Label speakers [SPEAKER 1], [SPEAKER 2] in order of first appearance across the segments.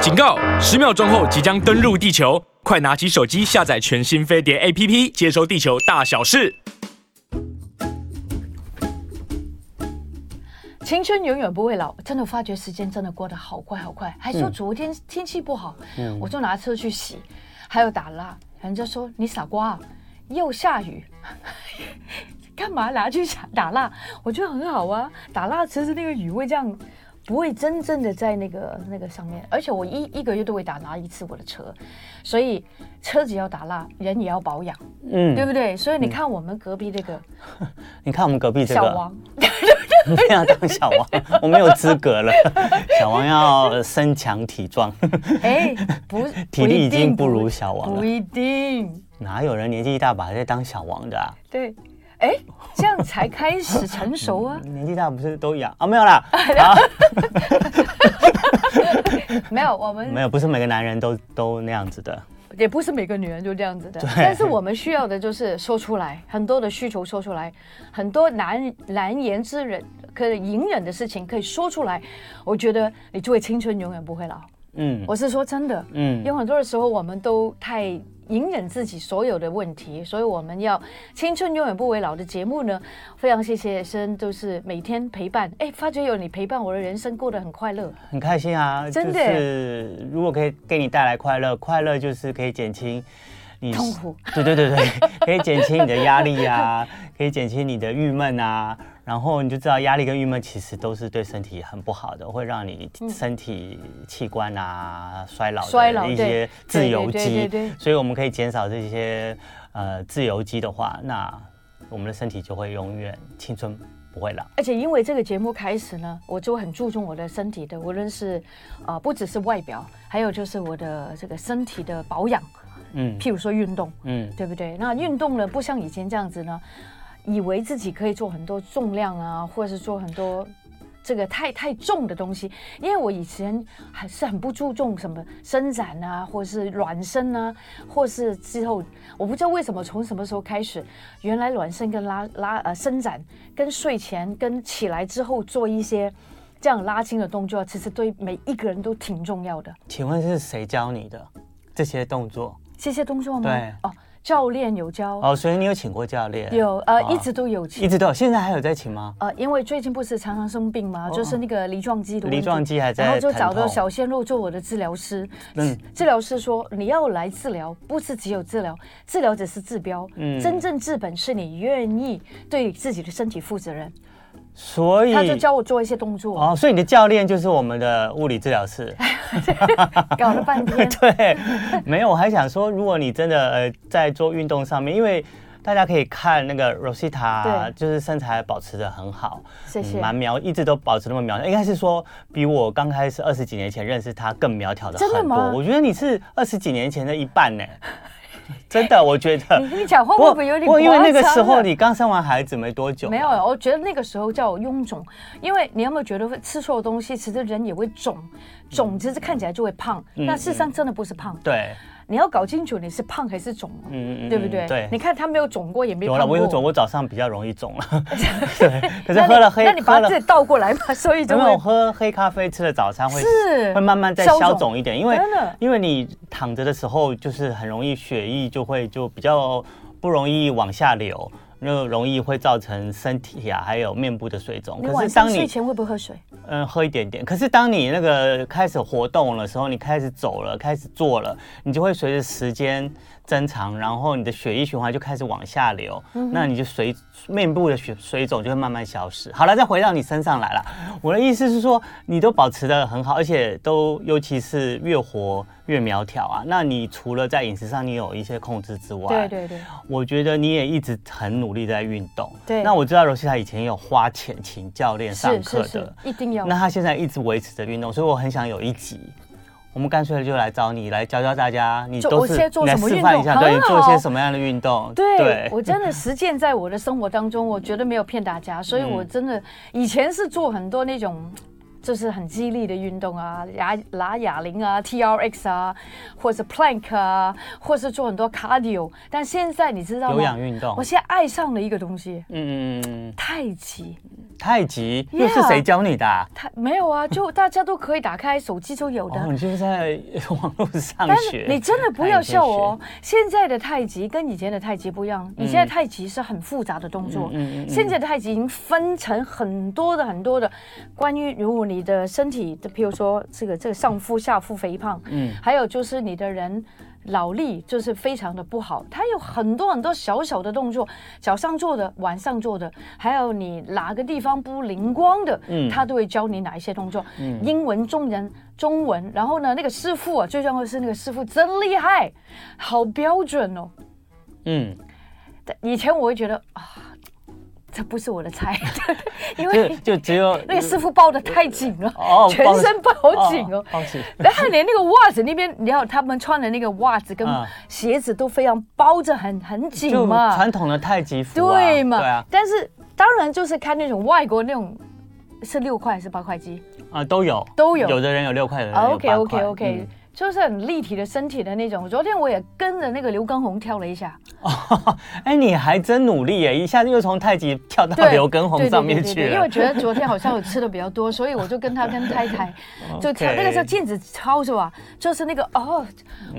[SPEAKER 1] 警告！十秒钟后即将登陆地球，快拿起手机下载全新飞碟 APP，接收地球大小事。
[SPEAKER 2] 青春永远不会老，真的发觉时间真的过得好快好快。还
[SPEAKER 3] 嗯
[SPEAKER 2] 说昨天天气不好，我就拿车去洗，还有打蜡，人家说你傻瓜、啊，又下雨， 干嘛拿去打打蜡？我觉得很好啊，打蜡其实那个雨会这样。不会真正的在那个那个上面，而且我一一个月都会打蜡一次我的车，所以车子要打蜡，人也要保养，
[SPEAKER 3] 嗯，
[SPEAKER 2] 对不对？所以你看我们隔壁那个
[SPEAKER 3] 你看我们隔壁这
[SPEAKER 2] 小
[SPEAKER 3] 个，
[SPEAKER 2] 王，
[SPEAKER 3] 不要当小王， 我没有资格了。 小王要身强体壮，
[SPEAKER 2] 哎、不，
[SPEAKER 3] 体
[SPEAKER 2] 不一
[SPEAKER 3] 力已
[SPEAKER 2] 定
[SPEAKER 3] 经不如小王
[SPEAKER 2] 不
[SPEAKER 3] 了。
[SPEAKER 2] 一定。
[SPEAKER 3] 哪有人年纪一大把在当小王的、啊？
[SPEAKER 2] 对，哎，这样才开始成熟 啊！
[SPEAKER 3] 年纪大不是都一样啊？没有啦，啊，
[SPEAKER 2] 没有，我们
[SPEAKER 3] 没有，不是每个男人都都那样子的。
[SPEAKER 2] 也不是每个女人就这样子的，但是我们需要的就是说出来，很多的需求说出来，很多难难言之忍可以隐忍的事情可以说出来，我觉得你就会青春永远不会老。
[SPEAKER 3] 嗯
[SPEAKER 2] 我是说真的，
[SPEAKER 3] 嗯
[SPEAKER 2] 有很多的时候我们都太隐忍自己所有的问题，所以我们要青春永远不为老的节目呢，非常谢谢生，就是每天陪伴，哎，发觉有你陪伴，我的人生过得很快乐。
[SPEAKER 3] 很开心啊，
[SPEAKER 2] 真的
[SPEAKER 3] 就是如果可以给你带来快乐，快乐就是可以减轻你
[SPEAKER 2] 痛苦，
[SPEAKER 3] 对对对对，可以减轻你的压力啊，可以减轻你的郁闷啊，然后你就知道压力跟郁闷其实都是对身体很不好的，会让你身体器官啊衰老
[SPEAKER 2] 嗯衰老
[SPEAKER 3] 的一
[SPEAKER 2] 对
[SPEAKER 3] 些自由
[SPEAKER 2] 对对对对
[SPEAKER 3] 基
[SPEAKER 2] 对，
[SPEAKER 3] 所以我们可以减少这些呃自由基的话，那我们的身体就会永远青春不会老。
[SPEAKER 2] 而且因为这个节目开始呢，我就很注重我的身体的，无论是呃不只是外表，还有就是我的这个身体的保养，
[SPEAKER 3] 嗯
[SPEAKER 2] 譬如说运动，
[SPEAKER 3] 嗯
[SPEAKER 2] 对不对？那运动呢，不像以前这样子呢，以为自己可以做很多重量啊，或者是做很多这个太太重的东西。因为我以前还是很不注重什么伸展啊，或是暖身啊，或是之后我不知道为什么从什么时候开始，原来暖身跟拉拉呃伸展跟睡前跟起来之后做一些。这样拉筋的动作，其实对每一个人都挺重要的。
[SPEAKER 3] 请问是谁教你的这些动作？
[SPEAKER 2] 这些动作吗？
[SPEAKER 3] 对
[SPEAKER 2] 哦，教练有教，
[SPEAKER 3] 哦，所以你有请过教练？
[SPEAKER 2] 有呃，
[SPEAKER 3] 哦
[SPEAKER 2] 一直都有
[SPEAKER 3] 一直都有，现在还有在请吗？
[SPEAKER 2] 呃，因为最近不是常常生病嘛，就是那个梨状肌的问题
[SPEAKER 3] 哦梨状肌还在
[SPEAKER 2] 然后就
[SPEAKER 3] 疼
[SPEAKER 2] 找到
[SPEAKER 3] 痛
[SPEAKER 2] 小鲜肉做我的治疗师。
[SPEAKER 3] 嗯
[SPEAKER 2] 治疗师说你要来治疗，不是只有治疗，治疗只是治标，
[SPEAKER 3] 嗯
[SPEAKER 2] 真正治本是你愿意对自己的身体负责任。
[SPEAKER 3] 所以
[SPEAKER 2] 他就教我做一些动作，
[SPEAKER 3] 嗯哦，所以你的教练就是我们的物理治 疗师。
[SPEAKER 2] 搞了半 天
[SPEAKER 3] 对，没有，我还想说，如果你真的呃在做运动上面，因为大家可以看那个 Rosita，
[SPEAKER 2] 对
[SPEAKER 3] 就是身材保持的很好，
[SPEAKER 2] 谢谢
[SPEAKER 3] 嗯蛮苗，一直都保持那么苗条，应该是说比我刚开始二十几年前认识她更苗条的
[SPEAKER 2] 真的
[SPEAKER 3] 很
[SPEAKER 2] 吗
[SPEAKER 3] 多。我觉得你是二十几年前的一 半呢，真的，我觉得。
[SPEAKER 2] 你你讲话
[SPEAKER 3] 不
[SPEAKER 2] 会
[SPEAKER 3] 过
[SPEAKER 2] 不会有点
[SPEAKER 3] 不过因为那个
[SPEAKER 2] 夸张
[SPEAKER 3] 时候
[SPEAKER 2] 了
[SPEAKER 3] 你刚生完孩子没多久，
[SPEAKER 2] 没有，我觉得那个时候叫我臃肿，因为你有没有觉得吃错东西，其实人也会肿，
[SPEAKER 3] 嗯
[SPEAKER 2] 肿其实看起来就会胖，但事实上真的不是胖。
[SPEAKER 3] 对，
[SPEAKER 2] 你要搞清楚你是胖还是肿哦，
[SPEAKER 3] 嗯嗯嗯
[SPEAKER 2] 对不对？
[SPEAKER 3] 对
[SPEAKER 2] 你看他没有肿过，也没
[SPEAKER 3] 有
[SPEAKER 2] 胖
[SPEAKER 3] 了，
[SPEAKER 2] 过。
[SPEAKER 3] 我有肿，我早上比较容易肿了。 对，可是
[SPEAKER 2] 那你
[SPEAKER 3] 喝了黑，
[SPEAKER 2] 那你
[SPEAKER 3] 喝
[SPEAKER 2] 把
[SPEAKER 3] 了
[SPEAKER 2] 自己倒过来嘛， 所以就
[SPEAKER 3] 因为
[SPEAKER 2] 会
[SPEAKER 3] 我喝黑咖啡吃了早餐会
[SPEAKER 2] 是
[SPEAKER 3] 会慢慢再
[SPEAKER 2] 消
[SPEAKER 3] 消
[SPEAKER 2] 肿
[SPEAKER 3] 肿一点，因为
[SPEAKER 2] 真的
[SPEAKER 3] 因为你躺着的时候就是很容易血液就会就比较不容易往下流，那容易会造成身体啊还有面部的水肿。
[SPEAKER 2] 你
[SPEAKER 3] 可
[SPEAKER 2] 晚
[SPEAKER 3] 是
[SPEAKER 2] 上
[SPEAKER 3] 当
[SPEAKER 2] 睡
[SPEAKER 3] 你
[SPEAKER 2] 前会不会喝水？
[SPEAKER 3] 嗯喝一点点，可是当你那个开始活动的时候，你开始走了，开始坐了，你就会随着时间增长，然后你的血液循环就开始往下流，
[SPEAKER 2] 嗯
[SPEAKER 3] 那你就水面部的血水肿就会慢慢消失。好了，再回到你身上来了。我的意思是说，你都保持的很好，而且都尤其是越活越苗条啊。那你除了在饮食上你有一些控制之外，
[SPEAKER 2] 对对对，
[SPEAKER 3] 我觉得你也一直很努力在运动。
[SPEAKER 2] 对
[SPEAKER 3] 那我知道罗西塔以前也有花钱请教练上
[SPEAKER 2] 是
[SPEAKER 3] 课
[SPEAKER 2] 是
[SPEAKER 3] 的，
[SPEAKER 2] 是，一定要
[SPEAKER 3] 那。他现在一直维持着运动，所以我很想有一集，我们干脆就来找你来教教大家，你
[SPEAKER 2] 就
[SPEAKER 3] 都
[SPEAKER 2] 我
[SPEAKER 3] 是
[SPEAKER 2] 现在做
[SPEAKER 3] 你来
[SPEAKER 2] 什么
[SPEAKER 3] 示
[SPEAKER 2] 运
[SPEAKER 3] 范
[SPEAKER 2] 动
[SPEAKER 3] 一下，对，
[SPEAKER 2] 很
[SPEAKER 3] 你做一
[SPEAKER 2] 好
[SPEAKER 3] 些什么样的运动？
[SPEAKER 2] 对我真的实践在我的生活当中，我绝对没有骗大家，
[SPEAKER 3] 嗯
[SPEAKER 2] 所以我真的以前是做很多那种。就是很激励的运动啊，哑拿哑铃啊，T R X 啊，或是 plank 啊，或是做很多 cardio。但现在你知道吗？
[SPEAKER 3] 有氧运动
[SPEAKER 2] 我现在爱上了一个东西，
[SPEAKER 3] 嗯嗯嗯嗯，
[SPEAKER 2] 太极。
[SPEAKER 3] 太极又是谁
[SPEAKER 2] Yeah
[SPEAKER 3] 教你的啊、
[SPEAKER 2] 他没有啊，就大家都可以打开手机就有的。
[SPEAKER 3] 哦，你就是在网络上
[SPEAKER 2] 但是，
[SPEAKER 3] 学
[SPEAKER 2] 你真的不要笑我哦！现在的太极跟以前的太极不一样，以前的太极是很复杂的动作，
[SPEAKER 3] 嗯嗯嗯
[SPEAKER 2] 现在的太极已经分成很多的很多的关于如果你的身体的，譬如说这个这个上腹下腹肥胖，嗯，还有就是你的人。脑力就是非常的不好，它有很多很多小小的动作，早上做的、晚上做的，还有你哪个地方不灵光的，
[SPEAKER 3] 嗯
[SPEAKER 2] 它都会教你哪一些动作。英文、中文、中文，然后呢，那个师傅啊，最重要的是那个师傅真厉害，好标准哦。
[SPEAKER 3] 嗯，
[SPEAKER 2] 但以前我会觉得啊，这不是我的菜， 因
[SPEAKER 3] 就
[SPEAKER 2] 为
[SPEAKER 3] 就只有
[SPEAKER 2] 那个师傅包的太紧了，
[SPEAKER 3] 哦
[SPEAKER 2] 全
[SPEAKER 3] 包得
[SPEAKER 2] 身包好紧哦。
[SPEAKER 3] 抱起，
[SPEAKER 2] 然后连那个袜子那边，你知道他们穿的那个袜子跟
[SPEAKER 3] 嗯
[SPEAKER 2] 鞋子都非常包着很很紧
[SPEAKER 3] 就
[SPEAKER 2] 嘛，
[SPEAKER 3] 传统的太极服、啊，
[SPEAKER 2] 对嘛？
[SPEAKER 3] 对啊，
[SPEAKER 2] 但是当然就是看那种外国那种是六块还是八块肌
[SPEAKER 3] 啊都有
[SPEAKER 2] 都有
[SPEAKER 3] 有的人有六块，有的人有
[SPEAKER 2] OK
[SPEAKER 3] 八
[SPEAKER 2] OK
[SPEAKER 3] 块嗯
[SPEAKER 2] OK，、就是很立体的身体的那种。昨天我也跟着那个刘畊宏跳了一 下，
[SPEAKER 3] 嗯哎，你还真努力耶，一下子又从太极跳到
[SPEAKER 2] 对，
[SPEAKER 3] 刘畊
[SPEAKER 2] 对
[SPEAKER 3] 宏
[SPEAKER 2] 对
[SPEAKER 3] 上
[SPEAKER 2] 对
[SPEAKER 3] 面
[SPEAKER 2] 对
[SPEAKER 3] 去
[SPEAKER 2] 对因为
[SPEAKER 3] 了
[SPEAKER 2] 我，觉得昨天好像我吃的比较多，所以我就跟他跟太 太就跳。
[SPEAKER 3] OK
[SPEAKER 2] 那个时候镜子超是吧？就是那个哦，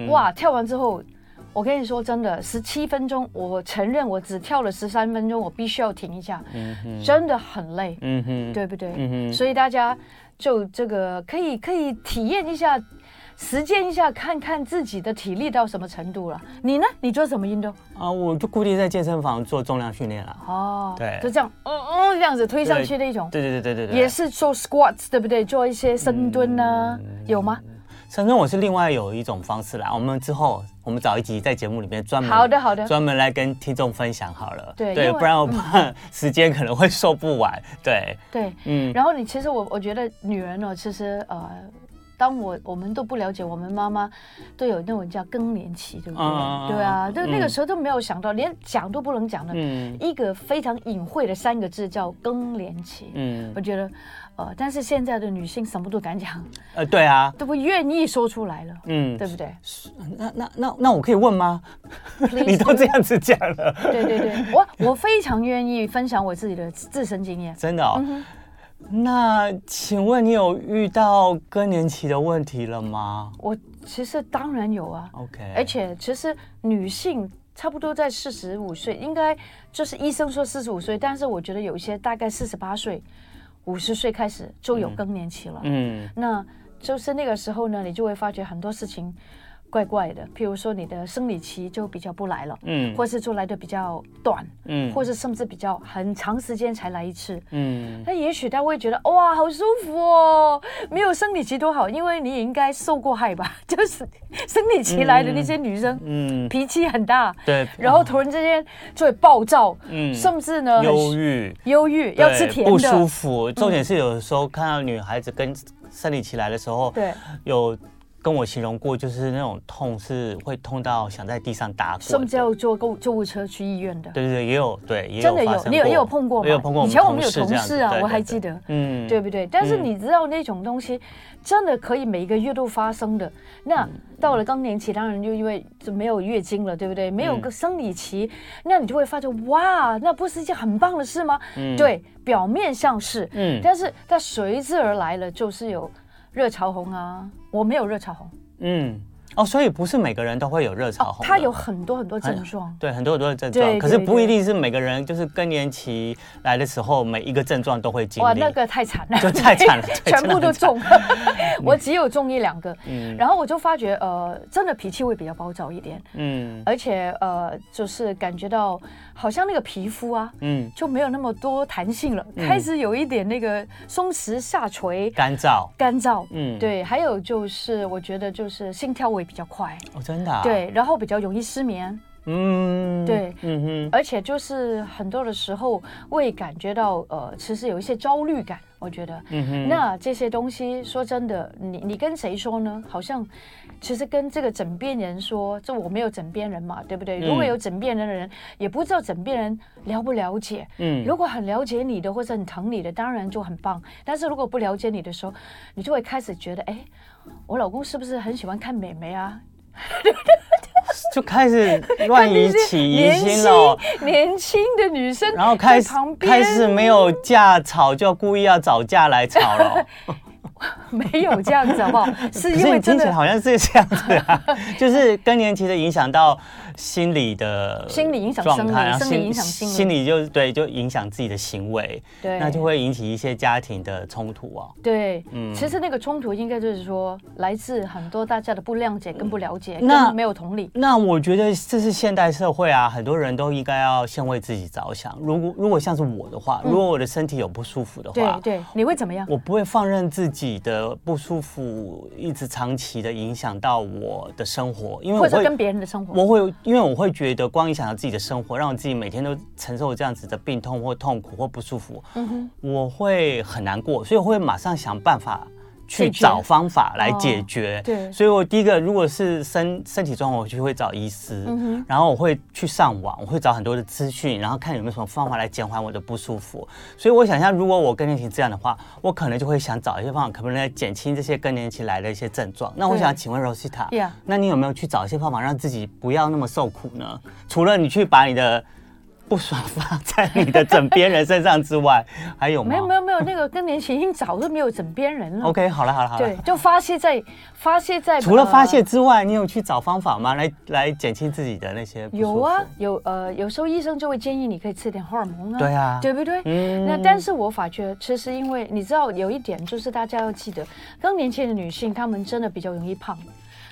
[SPEAKER 2] 哇，
[SPEAKER 3] 嗯
[SPEAKER 2] 跳完之后。我跟你说真的，十七分钟，我承认我只跳了十三分钟，我必须要停一下，真的很累。
[SPEAKER 3] 嗯哼，
[SPEAKER 2] 对不对？
[SPEAKER 3] 嗯哼
[SPEAKER 2] 所以大家就这个可以可以体验一下，实践一下，看看自己的体力到什么程度了。你呢？你做什么运动？
[SPEAKER 3] 啊，我就固定在健身房做重量训练了，
[SPEAKER 2] 哦，
[SPEAKER 3] 对
[SPEAKER 2] 就这样，嗯嗯，这样子推上
[SPEAKER 3] 对
[SPEAKER 2] 去那种，
[SPEAKER 3] 对对对对对对，
[SPEAKER 2] 也是做 squats，对不对？做一些深蹲啊，有吗？
[SPEAKER 3] 深圳我是另外有一种方式啦，我们之后我们找一集在节目里面专门
[SPEAKER 2] 好的好的
[SPEAKER 3] 专门来跟听众分享好了，
[SPEAKER 2] 对因
[SPEAKER 3] 对，嗯
[SPEAKER 2] 为
[SPEAKER 3] 不然我怕时间可能会受不完，对，
[SPEAKER 2] 对，
[SPEAKER 3] 嗯，
[SPEAKER 2] 然后你其实我我觉得女人哦，其实呃。当我我们都不了解，我们妈妈都有那种叫更年期，对不对？
[SPEAKER 3] 嗯
[SPEAKER 2] 对啊，就那个
[SPEAKER 3] 嗯
[SPEAKER 2] 时候都没有想到，连讲都不能讲的，
[SPEAKER 3] 嗯
[SPEAKER 2] 一个非常隐晦的三个字叫更年期。
[SPEAKER 3] 嗯
[SPEAKER 2] 我觉得，呃，但是现在的女性什么都敢讲，
[SPEAKER 3] 呃，对啊，
[SPEAKER 2] 都不愿意说出来了，
[SPEAKER 3] 嗯，
[SPEAKER 2] 对不对？
[SPEAKER 3] 那那那那我可以问吗？
[SPEAKER 2] Please
[SPEAKER 3] 你都这样子讲了，
[SPEAKER 2] 对对对，我我非常愿意分享我自己的自身经验。
[SPEAKER 3] 真的哦。那请问你有遇到更年期的问题了吗
[SPEAKER 2] 我其实当然有啊，
[SPEAKER 3] ？OK，
[SPEAKER 2] 而且其实女性差不多在四十五岁，应该就是医生说四十五岁，但是我觉得有一些大概四十八岁、五十岁开始就有更年期了。
[SPEAKER 3] 嗯
[SPEAKER 2] 那就是那个时候呢，你就会发觉很多事情怪怪的，譬如说你的生理期就比较不来了，
[SPEAKER 3] 嗯
[SPEAKER 2] 或是就来的比较短，
[SPEAKER 3] 嗯
[SPEAKER 2] 或是甚至比较很长时间才来一次。
[SPEAKER 3] 嗯
[SPEAKER 2] 那也许他会觉得哇，好舒服哦，没有生理期多好，因为你也应该受过害吧？就是生理期来的那些女生，
[SPEAKER 3] 嗯，
[SPEAKER 2] 脾气很大，
[SPEAKER 3] 对，
[SPEAKER 2] 然后突然之间就会暴躁，
[SPEAKER 3] 嗯
[SPEAKER 2] 甚至呢很
[SPEAKER 3] 忧郁。
[SPEAKER 2] 忧郁，
[SPEAKER 3] 对
[SPEAKER 2] 要吃甜的，
[SPEAKER 3] 不舒服。重点是有的时候看到女孩子跟生理期来的时候，
[SPEAKER 2] 对，
[SPEAKER 3] 有跟我形容过，就是那种痛是会痛到想在地上打滚
[SPEAKER 2] 甚
[SPEAKER 3] 的。
[SPEAKER 2] 至要坐购救护车去医院的。
[SPEAKER 3] 对对对，也有对，也有
[SPEAKER 2] 真的
[SPEAKER 3] 发
[SPEAKER 2] 有，
[SPEAKER 3] 生
[SPEAKER 2] 你有也有碰过吗？
[SPEAKER 3] 也有碰过。
[SPEAKER 2] 以前我们有同
[SPEAKER 3] 这样
[SPEAKER 2] 事
[SPEAKER 3] 子
[SPEAKER 2] 啊
[SPEAKER 3] 对，
[SPEAKER 2] 我
[SPEAKER 3] 对
[SPEAKER 2] 还
[SPEAKER 3] 对
[SPEAKER 2] 记得，
[SPEAKER 3] 嗯
[SPEAKER 2] 对不对？但是
[SPEAKER 3] 嗯
[SPEAKER 2] 你知道那种东西真的可以每个月都发生的。那
[SPEAKER 3] 嗯
[SPEAKER 2] 到了更年期，当然就因为就没有月经了，对不对？没
[SPEAKER 3] 嗯
[SPEAKER 2] 有个生理期，那你就会发觉哇，那不是一件很棒的事吗？对，表面上是，
[SPEAKER 3] 嗯
[SPEAKER 2] 但是它随之而来了就是有热潮红啊，我没有热潮红，哦
[SPEAKER 3] 嗯，哦，所以不是每个人都会有热潮红的。哎
[SPEAKER 2] 它有很多很多症状。
[SPEAKER 3] 对很多很多的症
[SPEAKER 2] 对
[SPEAKER 3] 状，可是
[SPEAKER 2] 对
[SPEAKER 3] 不一
[SPEAKER 2] 对
[SPEAKER 3] 定是每个人就是更年期来的时候，每一个症状都会经
[SPEAKER 2] 哇，
[SPEAKER 3] 历。
[SPEAKER 2] 那个太惨了，
[SPEAKER 3] 就太惨 嗯了 对
[SPEAKER 2] 全部
[SPEAKER 3] 真的
[SPEAKER 2] 都
[SPEAKER 3] 很
[SPEAKER 2] 中，我只有中一两个。然后我就发觉，呃，真的脾气会比较暴躁一点，
[SPEAKER 3] 嗯
[SPEAKER 2] 而且呃，就是感觉到好像那个皮肤啊，
[SPEAKER 3] 嗯，
[SPEAKER 2] 就没有那么多弹性了，开始有一点那个松弛下垂、
[SPEAKER 3] 干燥，
[SPEAKER 2] 干燥。
[SPEAKER 3] 嗯，，
[SPEAKER 2] 对，还有就是我觉得就是心跳会比较快，
[SPEAKER 3] 哦，真的、啊，，
[SPEAKER 2] 对，然后比较容易失眠，
[SPEAKER 3] 嗯，
[SPEAKER 2] 对
[SPEAKER 3] 嗯哼，
[SPEAKER 2] 而且就是很多的时候会感觉到，呃，其实有一些焦虑感，我觉得。
[SPEAKER 3] 嗯哼，
[SPEAKER 2] 那这些东西，说真的，你你跟谁说呢？好像其实跟这个枕边人说，这我没有枕边人嘛，对不对？
[SPEAKER 3] 嗯
[SPEAKER 2] 如果有枕边人的人，也不知道枕边人了不了解。
[SPEAKER 3] 嗯
[SPEAKER 2] 如果很了解你的，或者很疼你的，当然就很棒。但是如果不了解你的时候，你就会开始觉得，哎，我老公是不是很喜欢看美眉啊？
[SPEAKER 3] 就开始乱移起疑
[SPEAKER 2] 年
[SPEAKER 3] 心
[SPEAKER 2] 轻
[SPEAKER 3] 了。
[SPEAKER 2] 年轻的女生，
[SPEAKER 3] 然后开始
[SPEAKER 2] 旁边
[SPEAKER 3] 开始没有架吵，就要故意要找架来吵了。
[SPEAKER 2] 没有这样子好不好？ 是
[SPEAKER 3] 可
[SPEAKER 2] 因
[SPEAKER 3] 是
[SPEAKER 2] 为
[SPEAKER 3] 你
[SPEAKER 2] 真
[SPEAKER 3] 听起来
[SPEAKER 2] 的
[SPEAKER 3] 好像是这样子 啊，就是更年期的影响到心理的
[SPEAKER 2] 心理影响
[SPEAKER 3] 状
[SPEAKER 2] 生理
[SPEAKER 3] 态，然后
[SPEAKER 2] 生理影响心理
[SPEAKER 3] 心理就对就影响自己的行为，
[SPEAKER 2] 对，
[SPEAKER 3] 那就会引起一些家庭的冲突哦。
[SPEAKER 2] 对，
[SPEAKER 3] 嗯
[SPEAKER 2] 其实那个冲突应该就是说来自很多大家的不谅解跟不了解，
[SPEAKER 3] 那
[SPEAKER 2] 跟没有同理。
[SPEAKER 3] 那我觉得这是现代社会啊，很多人都应该要先为自己着想。如果如果像是我的话，如果我的身体有不舒服的话
[SPEAKER 2] 嗯对，对，你会怎么样？
[SPEAKER 3] 我不会放任自己的不舒服一直长期的影响到我的生活，因为我
[SPEAKER 2] 或者跟
[SPEAKER 3] 会。
[SPEAKER 2] 别人的生活？
[SPEAKER 3] 我会，因为我会觉得光影响到自己的生活，让我自己每天都承受这样子的病痛或痛苦或不舒服，
[SPEAKER 2] 嗯哼，
[SPEAKER 3] 我会很难过，所以我会马上想办法去
[SPEAKER 2] 解决
[SPEAKER 3] 找方法来解
[SPEAKER 2] 哦
[SPEAKER 3] 决。
[SPEAKER 2] 对
[SPEAKER 3] 所以我第一个如果是身身体状况，我就会找医师，
[SPEAKER 2] 嗯哼
[SPEAKER 3] 然后我会去上网，我会找很多的资讯，然后看有没有什么方法来减缓我的不舒服。所以我想象，如果我更年期这样的话，我可能就会想找一些方法，可不可以来减轻这些更年期来的一些症状。那我
[SPEAKER 2] 对
[SPEAKER 3] 想请问 Rosita，
[SPEAKER 2] Yeah
[SPEAKER 3] 那你有没有去找一些方法让自己不要那么受苦呢？除了你去把你的不爽放在你的枕边人身上之外，还有吗？
[SPEAKER 2] 没有没有没有，那个更年期已经早就没有枕边人了。
[SPEAKER 3] OK，好了好了好了
[SPEAKER 2] 对。，就发泄在发泄在
[SPEAKER 3] 哦除了发泄
[SPEAKER 2] 呃
[SPEAKER 3] 之外，你有去找方法吗？来来减轻自己的那些不舒服
[SPEAKER 2] 有啊，有呃，有时候医生就会建议你可以吃点荷尔蒙啊，
[SPEAKER 3] 对啊
[SPEAKER 2] 对不对？
[SPEAKER 3] 嗯
[SPEAKER 2] 那但是我发觉，其实因为你知道有一点，就是大家要记得，更年期的女性她们真的比较容易胖，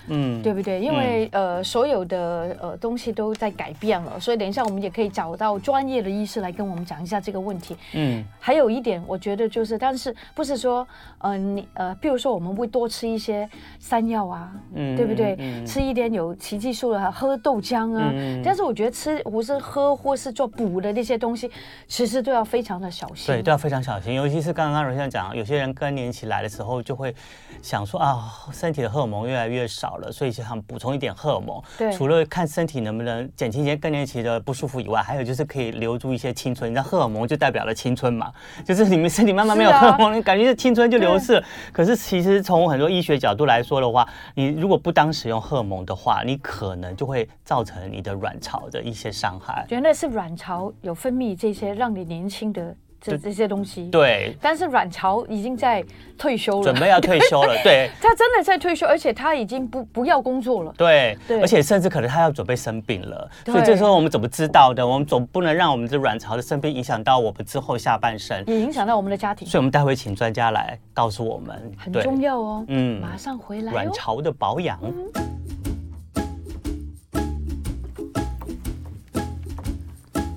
[SPEAKER 3] 嗯，
[SPEAKER 2] 对不对？因为、呃，所有的呃东西都在改变了，所以等一下我们也可以找到专业的医师来跟我们讲一下这个问题。
[SPEAKER 3] 嗯，
[SPEAKER 2] 还有一点，我觉得就是，但是不是说，呃，你呃，比如说我们会多吃一些山药啊，
[SPEAKER 3] 嗯
[SPEAKER 2] 对不对？
[SPEAKER 3] 嗯
[SPEAKER 2] 吃一点有奇迹素啊，喝豆浆啊。
[SPEAKER 3] 嗯
[SPEAKER 2] 但是我觉得吃或是喝或是做补的那些东西，其实都要非常的小心。
[SPEAKER 3] 对，都要非常小心，尤其是刚刚罗先讲，有些人更年期来的时候，就会想说啊，身体的荷尔蒙越来越少了，所以想补充一点荷尔蒙。
[SPEAKER 2] 对
[SPEAKER 3] 除了看身体能不能减轻一些更年期的不舒服以外，还有就是可以留住一些青春。你知道荷尔蒙就代表了青春嘛，就是你们身体慢慢没有
[SPEAKER 2] 是啊
[SPEAKER 3] 荷尔蒙，感觉是青春就流逝了。可是其实从很多医学角度来说的话，你如果不当使用荷尔蒙的话，你可能就会造成你的卵巢的一些伤害。
[SPEAKER 2] 原来是卵巢有分泌这些让你年轻的这这些东西。。
[SPEAKER 3] 对，
[SPEAKER 2] 但是卵巢已经在退休了，
[SPEAKER 3] 准 备要退休了，对。
[SPEAKER 2] 他真的在退休，而且他已经不不要工作了。
[SPEAKER 3] 对，
[SPEAKER 2] 对
[SPEAKER 3] 而且甚至可能他要准备生病了，
[SPEAKER 2] 对
[SPEAKER 3] 所以这时候我们怎么知道的？我们总不能让我们的卵巢的生病影响到我们之后下半生，
[SPEAKER 2] 也影响到我们的家庭
[SPEAKER 3] 所以，我们待会请专家来告诉我们，
[SPEAKER 2] 很重嗯要哦。
[SPEAKER 3] 嗯
[SPEAKER 2] 马上回来
[SPEAKER 3] 卵
[SPEAKER 2] 哦。
[SPEAKER 3] 巢的保养。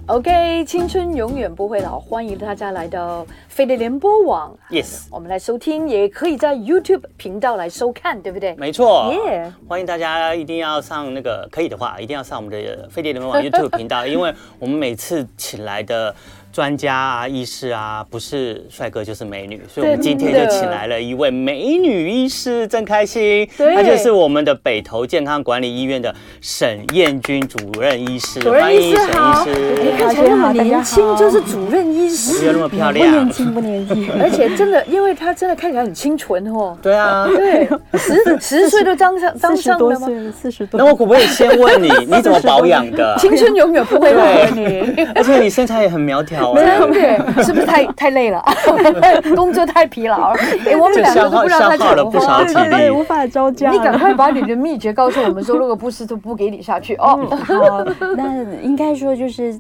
[SPEAKER 2] OK，青春永远不会老，欢迎大家来到飞碟联播网，
[SPEAKER 3] Yes，
[SPEAKER 2] 我们来收听，也可以在 YouTube 频道来收看，对不对？
[SPEAKER 3] 没错
[SPEAKER 2] Yeah
[SPEAKER 3] 欢迎大家一定要上那个，可以的话一定要上我们的飞碟联盟网 YouTube 频道， 因为我们每次请来的专家啊、医师啊，不是帅哥就是美女，所以我们今天
[SPEAKER 2] 真的
[SPEAKER 3] 就请来了一位美女医师，真开心。
[SPEAKER 2] 对
[SPEAKER 3] 她就是我们的北投健康管理医院的沈燕君主任医师，
[SPEAKER 2] 主任医师好，
[SPEAKER 3] 欢迎沈
[SPEAKER 2] 你
[SPEAKER 3] 医师。
[SPEAKER 2] 看起来那么年轻，就是主任医
[SPEAKER 3] 嗯不要
[SPEAKER 2] 师，
[SPEAKER 3] 那么漂
[SPEAKER 4] 不年
[SPEAKER 3] 亮，
[SPEAKER 4] 轻不年轻，
[SPEAKER 2] 而且真的，因为他真的看起来很清纯 哦。
[SPEAKER 3] 对啊。
[SPEAKER 2] 对，十十岁都当上当
[SPEAKER 4] 四十
[SPEAKER 2] 上
[SPEAKER 4] 多
[SPEAKER 2] 了吗？
[SPEAKER 4] 岁了，四十多
[SPEAKER 3] 那我可不可以先 问你，你怎么保养的？
[SPEAKER 2] 青春永远不会老啊
[SPEAKER 3] 对，
[SPEAKER 2] 你。
[SPEAKER 3] 而且你身材也很苗条哎、
[SPEAKER 2] 真的是不是太太累了？ 工作太疲 劳了。哎、我们两个都不让他
[SPEAKER 3] 消耗了
[SPEAKER 2] 讲
[SPEAKER 3] 不少
[SPEAKER 2] 话
[SPEAKER 4] 对。
[SPEAKER 3] 体
[SPEAKER 4] 对
[SPEAKER 3] 力
[SPEAKER 4] 对，无法招架
[SPEAKER 2] 你赶
[SPEAKER 4] 了。
[SPEAKER 2] 快把你的秘诀告诉我们说，如果不是就不给你下去哦。
[SPEAKER 4] 好，那应该说就是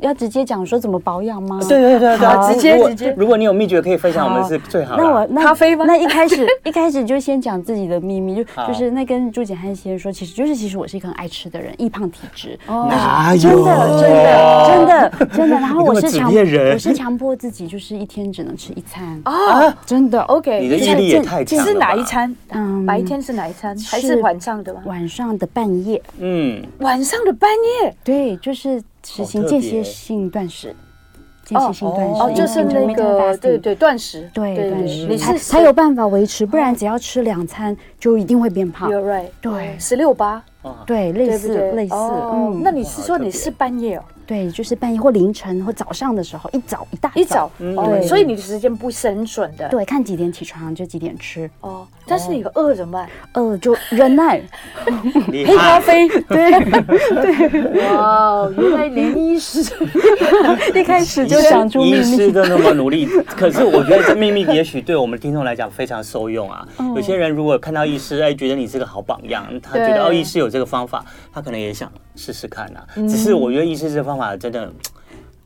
[SPEAKER 4] 要直接讲说怎么保养吗？
[SPEAKER 3] 对。对对对啊，
[SPEAKER 4] 嗯好
[SPEAKER 2] 直接
[SPEAKER 3] 如果
[SPEAKER 2] 直接
[SPEAKER 3] 如果你有秘诀可以分享，我们
[SPEAKER 4] 好
[SPEAKER 3] 是最好的。
[SPEAKER 4] 那我那
[SPEAKER 2] 咖啡吗
[SPEAKER 4] 那一开始 一开始就先讲自己的秘密，就
[SPEAKER 3] 好
[SPEAKER 4] 就是那跟朱简汉先生说，其实就是其实我是一个很爱吃的人，易胖体质。
[SPEAKER 3] 哦哪有
[SPEAKER 4] 真的真的真的真的。然后
[SPEAKER 3] 哎你
[SPEAKER 4] 我
[SPEAKER 3] 这么
[SPEAKER 4] 是
[SPEAKER 3] 纸
[SPEAKER 4] 强
[SPEAKER 3] 片人
[SPEAKER 4] 我是强迫自己，就是一天只能吃一餐。
[SPEAKER 2] 啊
[SPEAKER 4] 真的
[SPEAKER 3] 你的
[SPEAKER 2] ，OK，
[SPEAKER 3] 毅力也太强了吧。
[SPEAKER 2] 是哪一餐？
[SPEAKER 4] 嗯
[SPEAKER 2] 白天是哪一餐？还是
[SPEAKER 4] 是
[SPEAKER 2] 晚上的吗？
[SPEAKER 4] 晚上的半夜，
[SPEAKER 3] 嗯，
[SPEAKER 2] 晚上的半夜
[SPEAKER 4] 对，就是实
[SPEAKER 3] 好
[SPEAKER 4] 行
[SPEAKER 3] 特
[SPEAKER 4] 间
[SPEAKER 3] 别
[SPEAKER 4] 歇性断食，间歇性断食，
[SPEAKER 2] 哦，就是那
[SPEAKER 4] intermittent
[SPEAKER 2] 个
[SPEAKER 4] fasting
[SPEAKER 2] 对对断食，
[SPEAKER 4] 对断食，
[SPEAKER 2] 你
[SPEAKER 4] 才
[SPEAKER 2] 是哦
[SPEAKER 4] 才有办法维持，不然只要吃两餐就一定会变胖
[SPEAKER 2] You're。right，
[SPEAKER 4] 啊对
[SPEAKER 2] 十六八，
[SPEAKER 4] 对，类
[SPEAKER 2] 对不
[SPEAKER 4] 似
[SPEAKER 2] 对？
[SPEAKER 4] 类似，
[SPEAKER 2] 哦
[SPEAKER 4] 嗯，
[SPEAKER 2] 那你是说你是半夜哦？
[SPEAKER 4] 对，就是半夜或凌晨或早上的时候，一早一大
[SPEAKER 2] 一早，哦，
[SPEAKER 4] 对
[SPEAKER 2] 所以你的时间不是很准的。
[SPEAKER 4] 对，看几点起床就几点吃，
[SPEAKER 2] 哦，但是你个饿怎么办？
[SPEAKER 4] 饿就 忍耐，
[SPEAKER 3] 厉
[SPEAKER 4] 黑
[SPEAKER 3] 害，
[SPEAKER 4] 咖啡，对，
[SPEAKER 2] 哇， 原来连医师
[SPEAKER 4] 一开始就
[SPEAKER 3] 医师
[SPEAKER 4] 想出秘
[SPEAKER 3] 医师
[SPEAKER 4] 密，
[SPEAKER 3] 都那么努力，可是我觉得这秘密也许对我们听众来讲非常受用啊。
[SPEAKER 4] 嗯
[SPEAKER 3] 有些人如果看到医师，哎，觉得你是个好榜样，他觉
[SPEAKER 2] 对
[SPEAKER 3] 得哦，医师有这个方法，他可能也想试试看啊。
[SPEAKER 4] 嗯
[SPEAKER 3] 只是我觉得医师这个方法真的。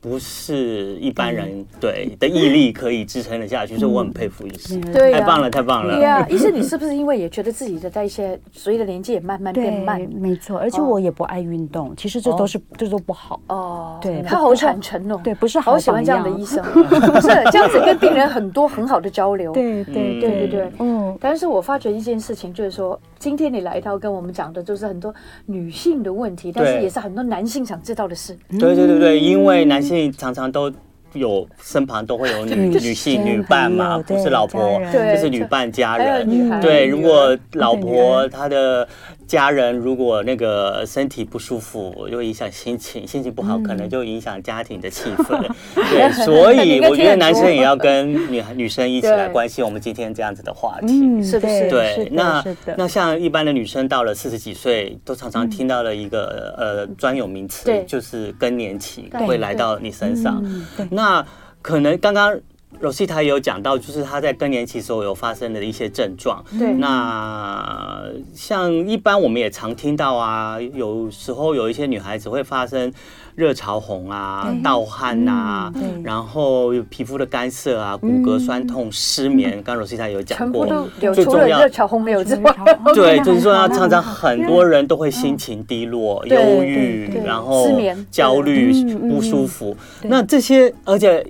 [SPEAKER 3] 不是一般人对的毅力可以支撑得下去，所以我很佩服医师，
[SPEAKER 4] 嗯
[SPEAKER 2] 对啊
[SPEAKER 3] 太棒了，太棒
[SPEAKER 2] 对
[SPEAKER 3] 了！
[SPEAKER 2] 呀，医生，你是不是因为也觉得自己的代谢随着年纪也慢慢 变
[SPEAKER 4] 对
[SPEAKER 2] 慢，
[SPEAKER 4] 没错，而且我也不爱运动，其实这都是这都不好。
[SPEAKER 2] 哦，
[SPEAKER 4] 对
[SPEAKER 2] 他好坦诚哦，
[SPEAKER 4] 对不是好
[SPEAKER 2] 好喜欢这样的 医生，不是这样子跟病人很多很好的交流，
[SPEAKER 4] 对
[SPEAKER 3] 对
[SPEAKER 4] 对
[SPEAKER 2] 对对
[SPEAKER 4] 对
[SPEAKER 2] 对。
[SPEAKER 4] 嗯，
[SPEAKER 2] 但是我发觉一件事情，就是说，今天你来到跟我们讲的，就是很多女性的问题，但是
[SPEAKER 3] 对
[SPEAKER 2] 也是很多男性想知道的事。
[SPEAKER 4] 嗯
[SPEAKER 3] 对对对对，因为男性常常都有身旁都会有女
[SPEAKER 4] 就是
[SPEAKER 3] 女性
[SPEAKER 4] 朋友
[SPEAKER 3] 女伴嘛，
[SPEAKER 4] 对
[SPEAKER 3] 不是老婆
[SPEAKER 4] 家，人嗯
[SPEAKER 2] 对
[SPEAKER 3] 就是女伴家
[SPEAKER 2] 还有
[SPEAKER 3] 人。
[SPEAKER 2] 女孩，
[SPEAKER 3] 对，
[SPEAKER 2] 女儿
[SPEAKER 3] 如果老
[SPEAKER 4] 女
[SPEAKER 3] 婆她的家人如果那个身体不舒服，就影响心情，心情不
[SPEAKER 4] 嗯
[SPEAKER 3] 好可能就影响家庭的气 氛。对，所以我觉得男生也要跟女孩女生一起来
[SPEAKER 2] 对
[SPEAKER 3] 关心我们今天这样子的话题。
[SPEAKER 4] 嗯，
[SPEAKER 2] 是不是
[SPEAKER 4] 对
[SPEAKER 3] 对，
[SPEAKER 4] 的
[SPEAKER 3] 那
[SPEAKER 4] 是的
[SPEAKER 3] 那像一般的女生到了四十几岁，都常常听到了一个呃专有名词
[SPEAKER 2] 对，
[SPEAKER 3] 就是更年期
[SPEAKER 2] 对
[SPEAKER 3] 会来到你身上。
[SPEAKER 4] 嗯对
[SPEAKER 3] 那可能刚刚 Rosita 也有讲到，就是她在更年期时候有发生的一些症状。
[SPEAKER 4] 嗯
[SPEAKER 2] 对，嗯
[SPEAKER 3] 那像一般我们也常听到啊，有时候有一些女孩子会发生热潮红啊
[SPEAKER 4] 对、嗯
[SPEAKER 3] 盗汗啊，
[SPEAKER 4] 对
[SPEAKER 3] 然后有皮肤的干涩啊、骨骼酸痛、失眠。刚刚 Rosita 有讲
[SPEAKER 2] 全
[SPEAKER 3] 过
[SPEAKER 2] 部都，有，
[SPEAKER 3] 最
[SPEAKER 2] 除了
[SPEAKER 3] 重要
[SPEAKER 2] 热潮红没有之外，
[SPEAKER 3] 对，就是说，常常
[SPEAKER 4] 好
[SPEAKER 3] 很多人都会心情低落、
[SPEAKER 2] 对
[SPEAKER 3] 忧
[SPEAKER 4] 对
[SPEAKER 3] 郁
[SPEAKER 4] 对，
[SPEAKER 3] 然后
[SPEAKER 2] 失眠
[SPEAKER 3] 焦虑
[SPEAKER 4] 对、嗯嗯
[SPEAKER 3] 不舒服。
[SPEAKER 4] 对
[SPEAKER 3] 那这些，而且。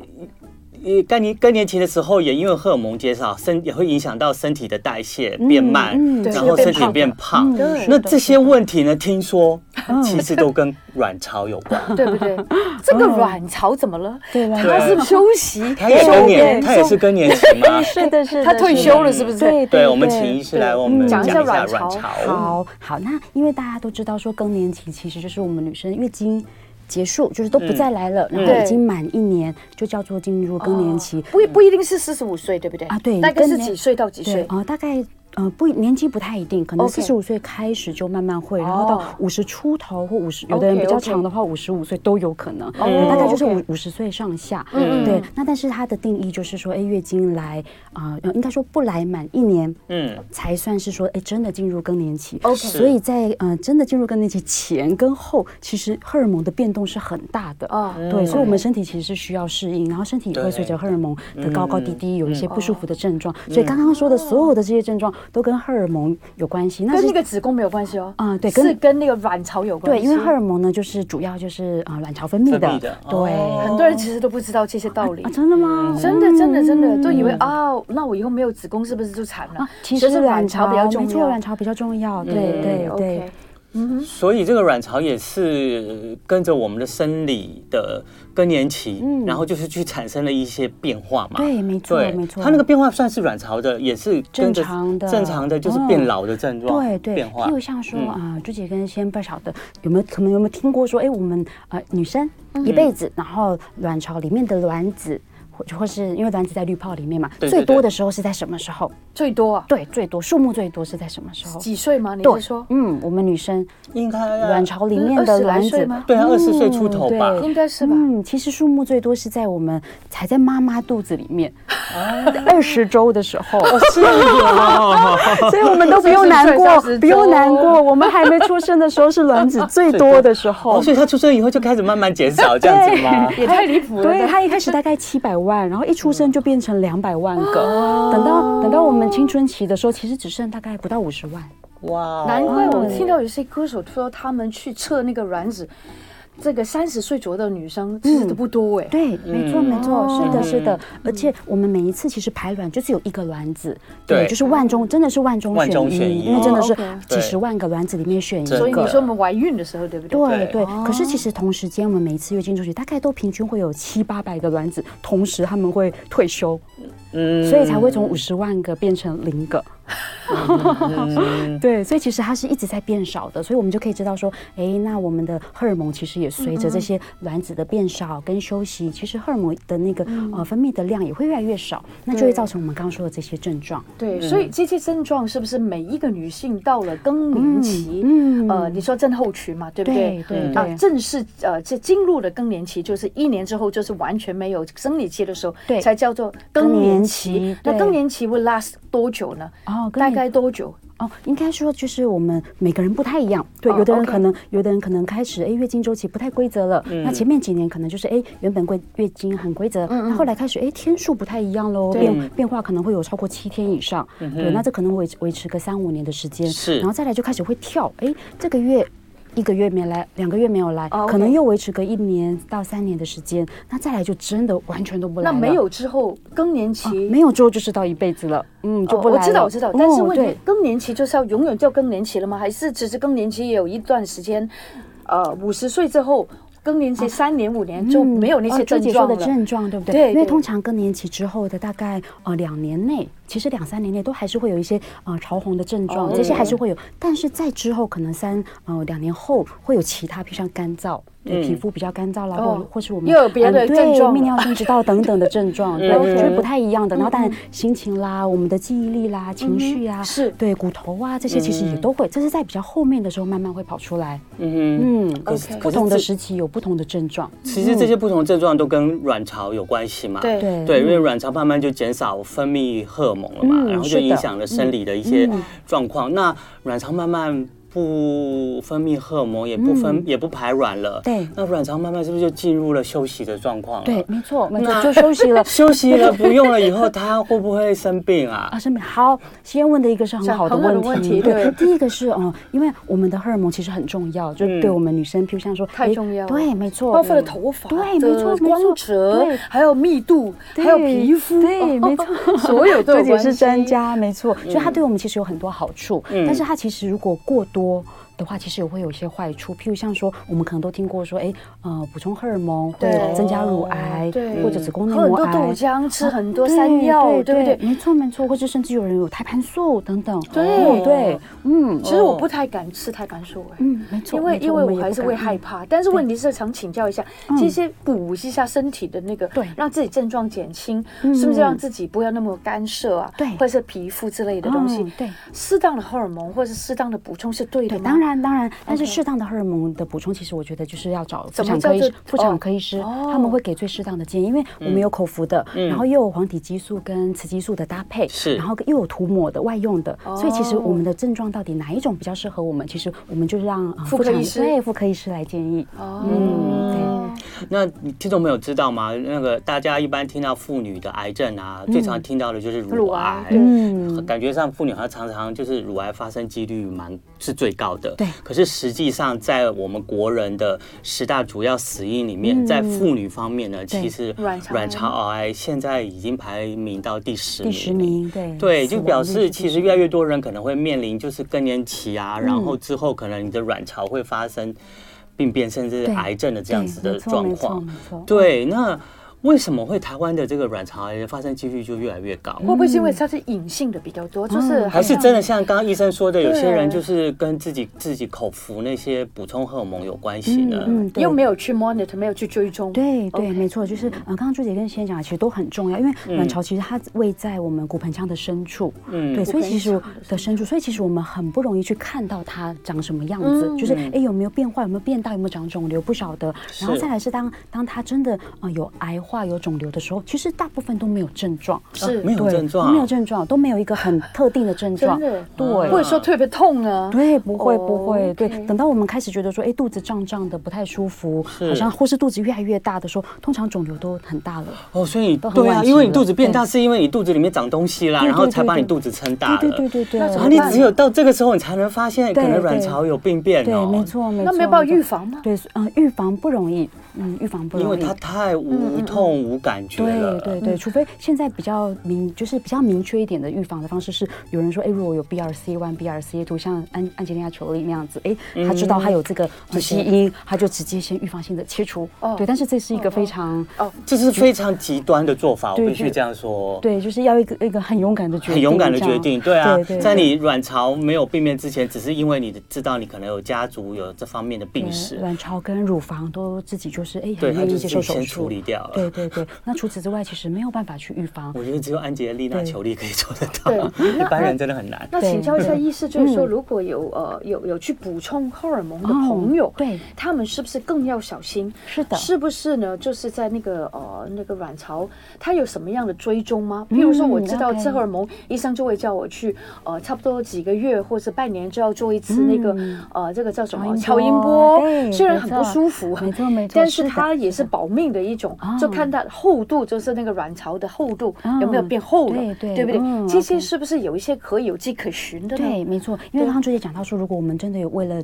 [SPEAKER 3] 呃，更年更年期的时候，也因为荷尔蒙减少，身也会影响到身体的代谢变慢，
[SPEAKER 4] 嗯
[SPEAKER 2] 对
[SPEAKER 3] 然后身体变
[SPEAKER 2] 变
[SPEAKER 3] 胖。
[SPEAKER 2] 对
[SPEAKER 3] 那这些问题呢，听说其实都跟卵巢有关。
[SPEAKER 2] 对不 对？这个卵巢怎么了？
[SPEAKER 4] 嗯对吧？
[SPEAKER 3] 对
[SPEAKER 2] 它是休息，
[SPEAKER 3] 它也更年，它也是更年期嘛。
[SPEAKER 4] 是的，是的，
[SPEAKER 2] 他退
[SPEAKER 4] 是的
[SPEAKER 2] 休了是不是？
[SPEAKER 4] 对
[SPEAKER 3] 对，我们请医师来，我们
[SPEAKER 4] 嗯
[SPEAKER 3] 讲一
[SPEAKER 2] 讲
[SPEAKER 3] 下
[SPEAKER 2] 一下
[SPEAKER 3] 卵
[SPEAKER 2] 卵巢
[SPEAKER 3] 巢。
[SPEAKER 4] 好好，那因为大家都知道说更年期其实就是我们女生月经。结束就是
[SPEAKER 2] 嗯
[SPEAKER 4] 都不再来了，然后
[SPEAKER 2] 对
[SPEAKER 4] 已经满一年，就叫做进入更年期。
[SPEAKER 2] 不不一定是四十五岁，对不对？
[SPEAKER 4] 啊对
[SPEAKER 2] 大概是
[SPEAKER 4] 跟年
[SPEAKER 2] 几岁到几
[SPEAKER 4] 对
[SPEAKER 2] 岁，？
[SPEAKER 4] 哦，大概呃不年纪不太一定，可能
[SPEAKER 2] OK
[SPEAKER 4] 四十五岁开始就慢慢会，然后
[SPEAKER 2] 哦
[SPEAKER 4] 到五十出头或五十，有的人
[SPEAKER 2] OK，
[SPEAKER 4] 比较
[SPEAKER 2] OK
[SPEAKER 4] 长的话五十五岁都有可能，
[SPEAKER 2] 哦
[SPEAKER 4] 大概就是五
[SPEAKER 2] OK
[SPEAKER 4] 五十岁上下。
[SPEAKER 2] 嗯嗯
[SPEAKER 4] 对
[SPEAKER 2] 嗯，
[SPEAKER 4] 那但是它的定义就是说，哎，月经来啊，呃应该说不来满一年，
[SPEAKER 3] 嗯，
[SPEAKER 4] 才算是说，哎、真的进入更年期。
[SPEAKER 2] OK
[SPEAKER 4] 所以在呃，真的进入更年期前跟后，其实荷尔蒙的变动是很大的。
[SPEAKER 2] 哦
[SPEAKER 3] 嗯
[SPEAKER 4] 对，所以我们身体其实是需要适应，然后身体也会随着荷尔蒙
[SPEAKER 3] 嗯
[SPEAKER 4] 的高高低低有一些不舒服的症状。所以刚刚说的所有的这些症状都跟荷尔蒙有关系。那
[SPEAKER 2] 跟那
[SPEAKER 4] 是
[SPEAKER 2] 个子宫没有关系哦。
[SPEAKER 4] 啊对跟
[SPEAKER 2] 是跟那个卵巢有关
[SPEAKER 4] 对，
[SPEAKER 2] 系。
[SPEAKER 4] 因为荷尔蒙呢，就是主要就是啊、呃卵巢分泌
[SPEAKER 3] 分
[SPEAKER 4] 的，
[SPEAKER 3] 泌的
[SPEAKER 4] 对、
[SPEAKER 3] 哦
[SPEAKER 2] 很多人其实都不知道这些道理
[SPEAKER 4] 啊，。真的吗？
[SPEAKER 2] 嗯真的，真的，真的，都以为
[SPEAKER 4] 嗯
[SPEAKER 2] 啊，那我以后没有子宫是不是就惨了
[SPEAKER 4] 啊？，其
[SPEAKER 2] 就
[SPEAKER 4] 实
[SPEAKER 2] 是
[SPEAKER 4] 卵
[SPEAKER 2] 卵巢
[SPEAKER 4] 巢
[SPEAKER 2] 比较重
[SPEAKER 4] 没错，
[SPEAKER 2] 要
[SPEAKER 4] 卵。巢比较重要。
[SPEAKER 3] 嗯
[SPEAKER 4] 对对对
[SPEAKER 2] OK，
[SPEAKER 3] 所以这个卵巢也是跟着我们的生理的更年期，
[SPEAKER 4] 嗯
[SPEAKER 3] 然后就是去产生了一些变化嘛。
[SPEAKER 4] 对，没错
[SPEAKER 3] 对，
[SPEAKER 4] 没错。
[SPEAKER 3] 它那个变化算是卵巢的，也是跟着
[SPEAKER 4] 正常的
[SPEAKER 3] 正常的就是
[SPEAKER 4] 嗯
[SPEAKER 3] 变老的症状，
[SPEAKER 4] 对对，
[SPEAKER 3] 变化
[SPEAKER 4] 譬。如像说
[SPEAKER 3] 嗯
[SPEAKER 4] 啊，朱姐跟先不晓得有没有可能有没有听过说，哎，我们呃女生
[SPEAKER 3] 嗯
[SPEAKER 4] 一辈子，然后卵巢里面的卵子。或或是因为卵子在滤泡里面嘛，
[SPEAKER 3] 对对
[SPEAKER 4] 最
[SPEAKER 3] 对
[SPEAKER 4] 多的时候是在什么时候？
[SPEAKER 2] 最多啊
[SPEAKER 4] 对，最多数目最多是在什么时候？
[SPEAKER 2] 几岁吗？你
[SPEAKER 4] 对
[SPEAKER 2] 是说，
[SPEAKER 4] 嗯，我们女生
[SPEAKER 3] 应该啊
[SPEAKER 4] 卵巢里面
[SPEAKER 2] 二
[SPEAKER 4] 的
[SPEAKER 2] 十来
[SPEAKER 4] 卵
[SPEAKER 2] 岁
[SPEAKER 4] 子
[SPEAKER 2] 吗，
[SPEAKER 3] 对啊，二十岁出头吧
[SPEAKER 4] 对。
[SPEAKER 2] 应该是吧？
[SPEAKER 4] 嗯，其实数目最多是在我们还在妈妈肚子里面，二十周的时候，
[SPEAKER 3] 是啊，
[SPEAKER 4] 所以我们都不用难过
[SPEAKER 2] 三十岁，
[SPEAKER 4] 不用难过。我们还没出生的时候是卵子最多的时 候
[SPEAKER 3] 哦，，所以它出生以后就开始慢慢减少，这样子吗？
[SPEAKER 2] 也太离谱了
[SPEAKER 4] 对，
[SPEAKER 2] 吧。
[SPEAKER 4] 他一开始大概七百万，然后一出生就变成两百万
[SPEAKER 3] 哦
[SPEAKER 4] 个。等到等到我们青春期的时候，其实只剩大概不到五十万。
[SPEAKER 3] 哇，哦
[SPEAKER 2] 难怪我
[SPEAKER 4] 哦
[SPEAKER 2] 听到有些歌手说他们去测那个卵子，这个三十岁左右的女生其实都不多哎、
[SPEAKER 4] 嗯对，没错，没错，
[SPEAKER 2] 哦
[SPEAKER 4] 是
[SPEAKER 3] 嗯
[SPEAKER 4] 的，是的。而且我们每一次其实排卵就是有一个卵子，
[SPEAKER 3] 对
[SPEAKER 4] 就是万中真的是万中
[SPEAKER 3] 万中选
[SPEAKER 4] 选
[SPEAKER 3] 一
[SPEAKER 4] 一，因为真的是
[SPEAKER 2] 哦，OK
[SPEAKER 4] 几十万个卵子里面选一
[SPEAKER 3] 真的
[SPEAKER 2] 所以
[SPEAKER 4] 个
[SPEAKER 2] 你。说我哦们怀孕的时候，对不对？
[SPEAKER 4] 对
[SPEAKER 3] 对
[SPEAKER 4] 对，可是其实同时间，我们每一次月经周期大概都平均会有七八百个卵子，同时他们会退休，
[SPEAKER 3] 嗯
[SPEAKER 4] 所以才会从五十万个变成零个。 对，所以其实它是一直在变少的，所以我们就可以知道说，哎，那我们的荷尔蒙其实也随着这些卵子的变少跟休息，其实荷尔蒙的那个呃分泌的量也会越来越少，那就会
[SPEAKER 2] 对
[SPEAKER 4] 造成我们刚刚说的这些症状。
[SPEAKER 2] 对，所以这些症状是不是每一个女性到了更年期，
[SPEAKER 4] 嗯嗯
[SPEAKER 2] 呃，你说症候群嘛，对不对？
[SPEAKER 4] 对对
[SPEAKER 2] 啊
[SPEAKER 4] 对，
[SPEAKER 2] 正式呃，这进入了更年期，就是一年之后，就是完全没有生理期的时候，
[SPEAKER 4] 对
[SPEAKER 2] 才叫做更年期。
[SPEAKER 4] 更年期
[SPEAKER 2] 那
[SPEAKER 4] 对
[SPEAKER 2] 更年期会 last 多久呢？
[SPEAKER 4] 哦
[SPEAKER 2] 大概多久？
[SPEAKER 4] 哦，应该说就是我们每个人不太一样，对，
[SPEAKER 2] 哦
[SPEAKER 4] 有的人
[SPEAKER 2] OK 嗯
[SPEAKER 4] 可能有的人可能开始哎月经周期不太规则了，那前面几年可能就是哎原本规月经很规则，那后来开始哎天数不太一样喽，
[SPEAKER 2] 嗯对嗯
[SPEAKER 4] 变变化可能会有超过七天以上，对，那这可能维维持个三五年的时间，
[SPEAKER 3] 是
[SPEAKER 4] 然后再来就开始会跳，哎这个月。一个月没来，两个月没有来
[SPEAKER 2] 哦，OK
[SPEAKER 4] 可能又维持个一年到三年的时间，那再来就真的完全都不来
[SPEAKER 2] 那
[SPEAKER 4] 了。
[SPEAKER 2] 没有之后，更年
[SPEAKER 4] 啊
[SPEAKER 2] 期、
[SPEAKER 4] 没有之后就是到一辈子了，嗯，就
[SPEAKER 2] 哦
[SPEAKER 4] 不来了。
[SPEAKER 2] 我知道，我知道，但是
[SPEAKER 4] 哦
[SPEAKER 2] 问题
[SPEAKER 4] 对，
[SPEAKER 2] 更年期就是要永远叫更年期了吗？还是只是更年期也有一段时间？呃，五十岁之后，更年期三年五年就没有那些
[SPEAKER 4] 啊哦朱
[SPEAKER 2] 症
[SPEAKER 4] 姐
[SPEAKER 2] 状
[SPEAKER 4] 说
[SPEAKER 2] 了。
[SPEAKER 4] 的症状，对不对？
[SPEAKER 2] 对
[SPEAKER 4] 因为
[SPEAKER 2] 对
[SPEAKER 4] 通常更年期之后的大概呃两年内，其实两三年内都还是会有一些呃潮红的症状，
[SPEAKER 2] 哦
[SPEAKER 4] 这些还是会有，但是在之后可能三呃两年后会有其他，比如像干燥。对皮肤比较干燥啦，
[SPEAKER 2] 嗯哦
[SPEAKER 4] 或或是我们
[SPEAKER 2] 又有别的
[SPEAKER 4] 嗯对
[SPEAKER 2] 症状了嗯
[SPEAKER 4] 泌尿生殖道等等的 症状，对，就是不太一样的。然后当然心情啦、我们的记忆力啦、情绪啊，
[SPEAKER 2] 嗯是嗯
[SPEAKER 4] 对骨头啊这些其实也都会，这是在比较后面的时候慢慢会跑出来。
[SPEAKER 3] 嗯
[SPEAKER 4] 嗯，
[SPEAKER 3] 可是
[SPEAKER 4] 不同
[SPEAKER 3] 可
[SPEAKER 4] 的
[SPEAKER 3] 是
[SPEAKER 4] 时期有不同的症状。
[SPEAKER 3] 这其实这些不同的症状都跟卵巢有关系嘛。
[SPEAKER 2] 对
[SPEAKER 4] 对
[SPEAKER 3] 对，因为卵巢慢慢就减少分泌荷尔蒙了嘛，
[SPEAKER 4] 嗯
[SPEAKER 3] 然后
[SPEAKER 4] 是
[SPEAKER 3] 就
[SPEAKER 4] 的嗯
[SPEAKER 3] 影响了生理的一些状况。那卵巢慢慢不分泌荷尔蒙，也不分、也不排卵了，
[SPEAKER 4] 嗯对
[SPEAKER 3] 那卵巢慢慢是不是就进入了休息的状况了？
[SPEAKER 4] 对，，没错，没
[SPEAKER 3] 那。
[SPEAKER 4] 错，就休息了
[SPEAKER 3] 休息了不用了以后，它会不会生病啊
[SPEAKER 4] 啊，？生病好，先问的一个是很
[SPEAKER 2] 是
[SPEAKER 4] 好的
[SPEAKER 2] 很好的
[SPEAKER 4] 问
[SPEAKER 2] 问
[SPEAKER 4] 题，
[SPEAKER 2] 题对
[SPEAKER 4] 第一个是嗯，因为我们的荷尔蒙其实很重要，就
[SPEAKER 3] 嗯
[SPEAKER 4] 对我们女生，譬如像说
[SPEAKER 2] 太
[SPEAKER 4] 诶
[SPEAKER 2] 重要了
[SPEAKER 4] 对，没错，
[SPEAKER 2] 包括了
[SPEAKER 4] 嗯
[SPEAKER 2] 头发的
[SPEAKER 4] 对，没错，没
[SPEAKER 2] 光
[SPEAKER 4] 错
[SPEAKER 2] 泽
[SPEAKER 4] 对，
[SPEAKER 2] 还有密度，还有
[SPEAKER 4] 对
[SPEAKER 2] 皮肤，哦
[SPEAKER 4] 对，没错，
[SPEAKER 2] 所有都有
[SPEAKER 4] 这也
[SPEAKER 2] 关
[SPEAKER 4] 是
[SPEAKER 2] 系嗯
[SPEAKER 4] 专家，没错，所以它对我们其实有很多好处，
[SPEAKER 3] 嗯
[SPEAKER 4] 但是它其实如果过多。的话，其实也会有一些坏处，譬如像说，我们可能都听过说，哎，呃，补充荷尔蒙会
[SPEAKER 2] 对
[SPEAKER 4] 增加乳癌，
[SPEAKER 2] 对
[SPEAKER 4] 或者子宫内
[SPEAKER 2] 喝很
[SPEAKER 4] 膜
[SPEAKER 2] 多
[SPEAKER 4] 癌，啊
[SPEAKER 2] 豆浆，吃很多
[SPEAKER 4] 对
[SPEAKER 2] 山药，对
[SPEAKER 4] 对
[SPEAKER 2] 不对？
[SPEAKER 4] 没错没错，或者甚至有人有胎盘素等等。
[SPEAKER 2] 对
[SPEAKER 4] 哦对，嗯
[SPEAKER 2] 其实我不太敢吃太敢说，哎。
[SPEAKER 4] 嗯，没错。
[SPEAKER 2] 因为
[SPEAKER 4] 没错
[SPEAKER 2] 因为
[SPEAKER 4] 们
[SPEAKER 2] 我
[SPEAKER 4] 也
[SPEAKER 2] 还
[SPEAKER 4] 不
[SPEAKER 2] 是
[SPEAKER 4] 敢嗯
[SPEAKER 2] 会害怕，但是问题是想请教一下，这些补一下身体的那个，
[SPEAKER 4] 对
[SPEAKER 2] 让自己症状减轻，
[SPEAKER 4] 嗯
[SPEAKER 2] 是不是让自己不要那么干涉啊？
[SPEAKER 4] 对
[SPEAKER 2] 或者是皮肤之类的东西
[SPEAKER 4] 嗯，对，
[SPEAKER 2] 适当的荷尔蒙或者适当的补充是对的
[SPEAKER 4] 对，
[SPEAKER 2] 吗？
[SPEAKER 4] 当然当然，但是
[SPEAKER 2] OK
[SPEAKER 4] 适当的荷尔蒙的补充，其实我觉得就是要找妇
[SPEAKER 2] 怎么
[SPEAKER 4] 产
[SPEAKER 2] 叫
[SPEAKER 4] 科医
[SPEAKER 2] 做
[SPEAKER 4] 师，妇产
[SPEAKER 2] 哦
[SPEAKER 4] 科医师
[SPEAKER 2] 哦
[SPEAKER 4] 他们会给最适当的建议，因为我
[SPEAKER 3] 嗯
[SPEAKER 4] 们有口服的，然后又有黄体激素跟雌激素的搭配，
[SPEAKER 3] 是
[SPEAKER 4] 然后又有涂抹的外用的，所以其实
[SPEAKER 2] 哦
[SPEAKER 4] 我们的症状到底哪一种比较适合我们，其实我们就让呃
[SPEAKER 2] 妇科医师
[SPEAKER 4] 对妇科医师来建议。
[SPEAKER 3] 哦
[SPEAKER 4] 嗯
[SPEAKER 2] 哦，
[SPEAKER 3] 那听众朋友知道吗？那个大家一般听到妇女的癌症啊，最常听到的就是乳
[SPEAKER 2] 乳
[SPEAKER 3] 癌
[SPEAKER 2] 癌。
[SPEAKER 4] 嗯
[SPEAKER 3] 感觉上妇女她常常就是乳癌发生几率蛮是最高的。
[SPEAKER 4] 对
[SPEAKER 3] 可是实际上在我们国人的十大主要死因里面，在妇女方面呢，
[SPEAKER 4] 嗯对
[SPEAKER 3] 其实
[SPEAKER 2] 卵巢癌
[SPEAKER 3] 卵巢癌现在已经排名到第十
[SPEAKER 4] 第
[SPEAKER 3] 名。
[SPEAKER 4] 十。名，对
[SPEAKER 3] 对，
[SPEAKER 4] 死
[SPEAKER 3] 就
[SPEAKER 4] 亡
[SPEAKER 3] 表
[SPEAKER 4] 率
[SPEAKER 3] 示
[SPEAKER 4] 是
[SPEAKER 3] 其实越来越多人可能会面临就是更年期
[SPEAKER 4] 嗯
[SPEAKER 3] 啊，然后之后可能你的卵巢会发生病变，甚至
[SPEAKER 4] 对
[SPEAKER 3] 癌症的这样子的
[SPEAKER 4] 对没错
[SPEAKER 3] 状
[SPEAKER 4] 没错
[SPEAKER 3] 况
[SPEAKER 4] 没。错
[SPEAKER 3] 对，那为什么会台湾的这个卵巢癌发生几率就越来越高？
[SPEAKER 2] 会不会是因为它是隐性的比较多，就是好
[SPEAKER 4] 嗯
[SPEAKER 3] 还是
[SPEAKER 2] 像
[SPEAKER 3] 真的像刚刚医生说的，
[SPEAKER 4] 啊
[SPEAKER 3] 有些人
[SPEAKER 2] 对
[SPEAKER 3] 就是跟自己自己口服那些补充荷尔蒙有关系呢？
[SPEAKER 4] 嗯，对
[SPEAKER 2] 又没有去 monitor，没有去追踪，
[SPEAKER 4] 对对
[SPEAKER 2] OK 嗯
[SPEAKER 4] 没错，就是呃，刚刚朱姐跟先生讲的，其实都很重要，因为卵巢其实它位在我们骨盆腔的深处，
[SPEAKER 3] 嗯
[SPEAKER 4] 对，
[SPEAKER 2] 骨
[SPEAKER 4] 所以
[SPEAKER 2] 盆
[SPEAKER 4] 其实
[SPEAKER 2] 腔的
[SPEAKER 4] 的深处，所以其实我们很不容易去看到它长什么样子，
[SPEAKER 2] 嗯
[SPEAKER 4] 就是哎有没有变化，有没有变大，有没有长肿瘤，不晓得。然后
[SPEAKER 3] 是
[SPEAKER 4] 再来是当当它真的呃有癌化、有肿瘤的时候，其实大部分都没有症状，
[SPEAKER 2] 是
[SPEAKER 3] 没有
[SPEAKER 4] 嗯对
[SPEAKER 3] 症
[SPEAKER 4] 都
[SPEAKER 3] 状，
[SPEAKER 4] 啊
[SPEAKER 3] 啊
[SPEAKER 4] 没有症状，都没有一个很特定的症状，
[SPEAKER 2] 真的
[SPEAKER 4] 对，
[SPEAKER 2] 或者说特别痛啊，
[SPEAKER 4] 对，不会不
[SPEAKER 2] 哦
[SPEAKER 4] 会，对
[SPEAKER 2] OK。
[SPEAKER 4] 等到我们开始觉得说，哎，肚子胀胀的，不太舒服，
[SPEAKER 3] 是
[SPEAKER 4] 好像或是肚子越来越大的时候，通常肿瘤都很大了。
[SPEAKER 3] 哦，所以
[SPEAKER 4] 都很
[SPEAKER 3] 对
[SPEAKER 4] 晚
[SPEAKER 3] 啊，
[SPEAKER 4] 期
[SPEAKER 3] 因为你
[SPEAKER 4] 了
[SPEAKER 3] 肚子变
[SPEAKER 4] 对
[SPEAKER 3] 大，是因为你肚子里面长东西啦，
[SPEAKER 4] 对
[SPEAKER 3] 然后
[SPEAKER 4] 对
[SPEAKER 3] 才
[SPEAKER 4] 对
[SPEAKER 3] 把你
[SPEAKER 4] 对
[SPEAKER 3] 肚子撑大了。
[SPEAKER 4] 对对对对
[SPEAKER 2] 那怎
[SPEAKER 3] 然后
[SPEAKER 2] 么
[SPEAKER 4] 对，
[SPEAKER 3] 你
[SPEAKER 2] 办
[SPEAKER 3] 只有到这个时候，你才能发现可
[SPEAKER 4] 对
[SPEAKER 3] 能
[SPEAKER 4] 对
[SPEAKER 3] 卵巢有病变
[SPEAKER 4] 对，
[SPEAKER 3] 哦。
[SPEAKER 4] 没错没错。
[SPEAKER 2] 那没有办法
[SPEAKER 4] 没错呃
[SPEAKER 2] 预防吗？啊
[SPEAKER 4] 对，嗯，预防不容易，嗯预防不
[SPEAKER 3] 因
[SPEAKER 4] 容
[SPEAKER 3] 为
[SPEAKER 4] 易。
[SPEAKER 3] 它太无痛无感觉了。
[SPEAKER 4] 嗯对
[SPEAKER 2] 嗯
[SPEAKER 4] 对对，除非现在比较明，就是比较明确一点的预防的方式是，有人说，哎，如果有 BRCA one、BRCA two，像安安吉丽娜·裘丽那样子，哎，他知
[SPEAKER 3] 嗯
[SPEAKER 4] 道他有这个呃基因，他就直接先预防性的切除
[SPEAKER 2] 哦。
[SPEAKER 4] 对，但是这是一个非常
[SPEAKER 3] 这是非常极端的做法，我
[SPEAKER 4] 对
[SPEAKER 3] 必须
[SPEAKER 4] 对
[SPEAKER 3] 这样说。
[SPEAKER 4] 对，就是要一个一个很勇敢的决定，
[SPEAKER 3] 很勇敢的
[SPEAKER 4] 这样
[SPEAKER 3] 决定，对啊，
[SPEAKER 4] 对
[SPEAKER 3] 在你卵巢没有病变之前，只是因为你知道你可能有家族有这方面的病
[SPEAKER 4] 对
[SPEAKER 3] 史，
[SPEAKER 4] 卵巢跟乳房都自己就是哎，
[SPEAKER 3] 对，
[SPEAKER 4] 很
[SPEAKER 3] 他
[SPEAKER 4] 愿
[SPEAKER 3] 就
[SPEAKER 4] 意
[SPEAKER 3] 自
[SPEAKER 4] 接
[SPEAKER 3] 己
[SPEAKER 4] 受手
[SPEAKER 3] 先处
[SPEAKER 4] 术。
[SPEAKER 3] 理掉了。
[SPEAKER 4] 对对对，那除此之外，其实没有办法去预防。
[SPEAKER 3] 我觉得只有安吉丽娜·
[SPEAKER 4] 对
[SPEAKER 3] 裘丽可以做得到，
[SPEAKER 2] 对
[SPEAKER 3] 一般人真的很 难。
[SPEAKER 2] 那请教一下
[SPEAKER 4] 对
[SPEAKER 2] 医师，就是说，
[SPEAKER 4] 嗯
[SPEAKER 2] 如果有呃有有去补充荷尔蒙的
[SPEAKER 4] 哦
[SPEAKER 2] 朋友，
[SPEAKER 4] 对
[SPEAKER 2] 他们是不是更要小心？
[SPEAKER 4] 是的
[SPEAKER 2] 是不是呢？就是在那个呃那个卵巢，它有什么样的追踪吗？
[SPEAKER 4] 嗯
[SPEAKER 2] 譬如说，我知道
[SPEAKER 4] OK
[SPEAKER 2] 吃荷尔蒙，医生就会叫我去呃差不多几个月或者半年就要做一次那个
[SPEAKER 4] 嗯
[SPEAKER 2] 呃这个叫什么
[SPEAKER 4] 超
[SPEAKER 2] 超
[SPEAKER 4] 音
[SPEAKER 2] 音
[SPEAKER 4] 波
[SPEAKER 2] 波
[SPEAKER 4] 对，
[SPEAKER 2] 虽然很
[SPEAKER 4] 没
[SPEAKER 2] 不
[SPEAKER 4] 错
[SPEAKER 2] 舒服，
[SPEAKER 4] 没错没错
[SPEAKER 2] 但
[SPEAKER 4] 是
[SPEAKER 2] 是
[SPEAKER 4] 的
[SPEAKER 2] 它也
[SPEAKER 4] 是
[SPEAKER 2] 是
[SPEAKER 4] 的
[SPEAKER 2] 保命的一种
[SPEAKER 4] 哦，
[SPEAKER 2] 就看它厚度，就是那个卵巢的厚度有没有
[SPEAKER 4] 嗯
[SPEAKER 2] 变厚了
[SPEAKER 4] 对，对
[SPEAKER 2] 对不对
[SPEAKER 4] 嗯？
[SPEAKER 2] 这些
[SPEAKER 4] OK
[SPEAKER 2] 是不是有一些可以有迹可循的呢？
[SPEAKER 4] 对，没错，因
[SPEAKER 2] 对
[SPEAKER 4] 为刚刚朱姐讲到说，如果我们真的有为了。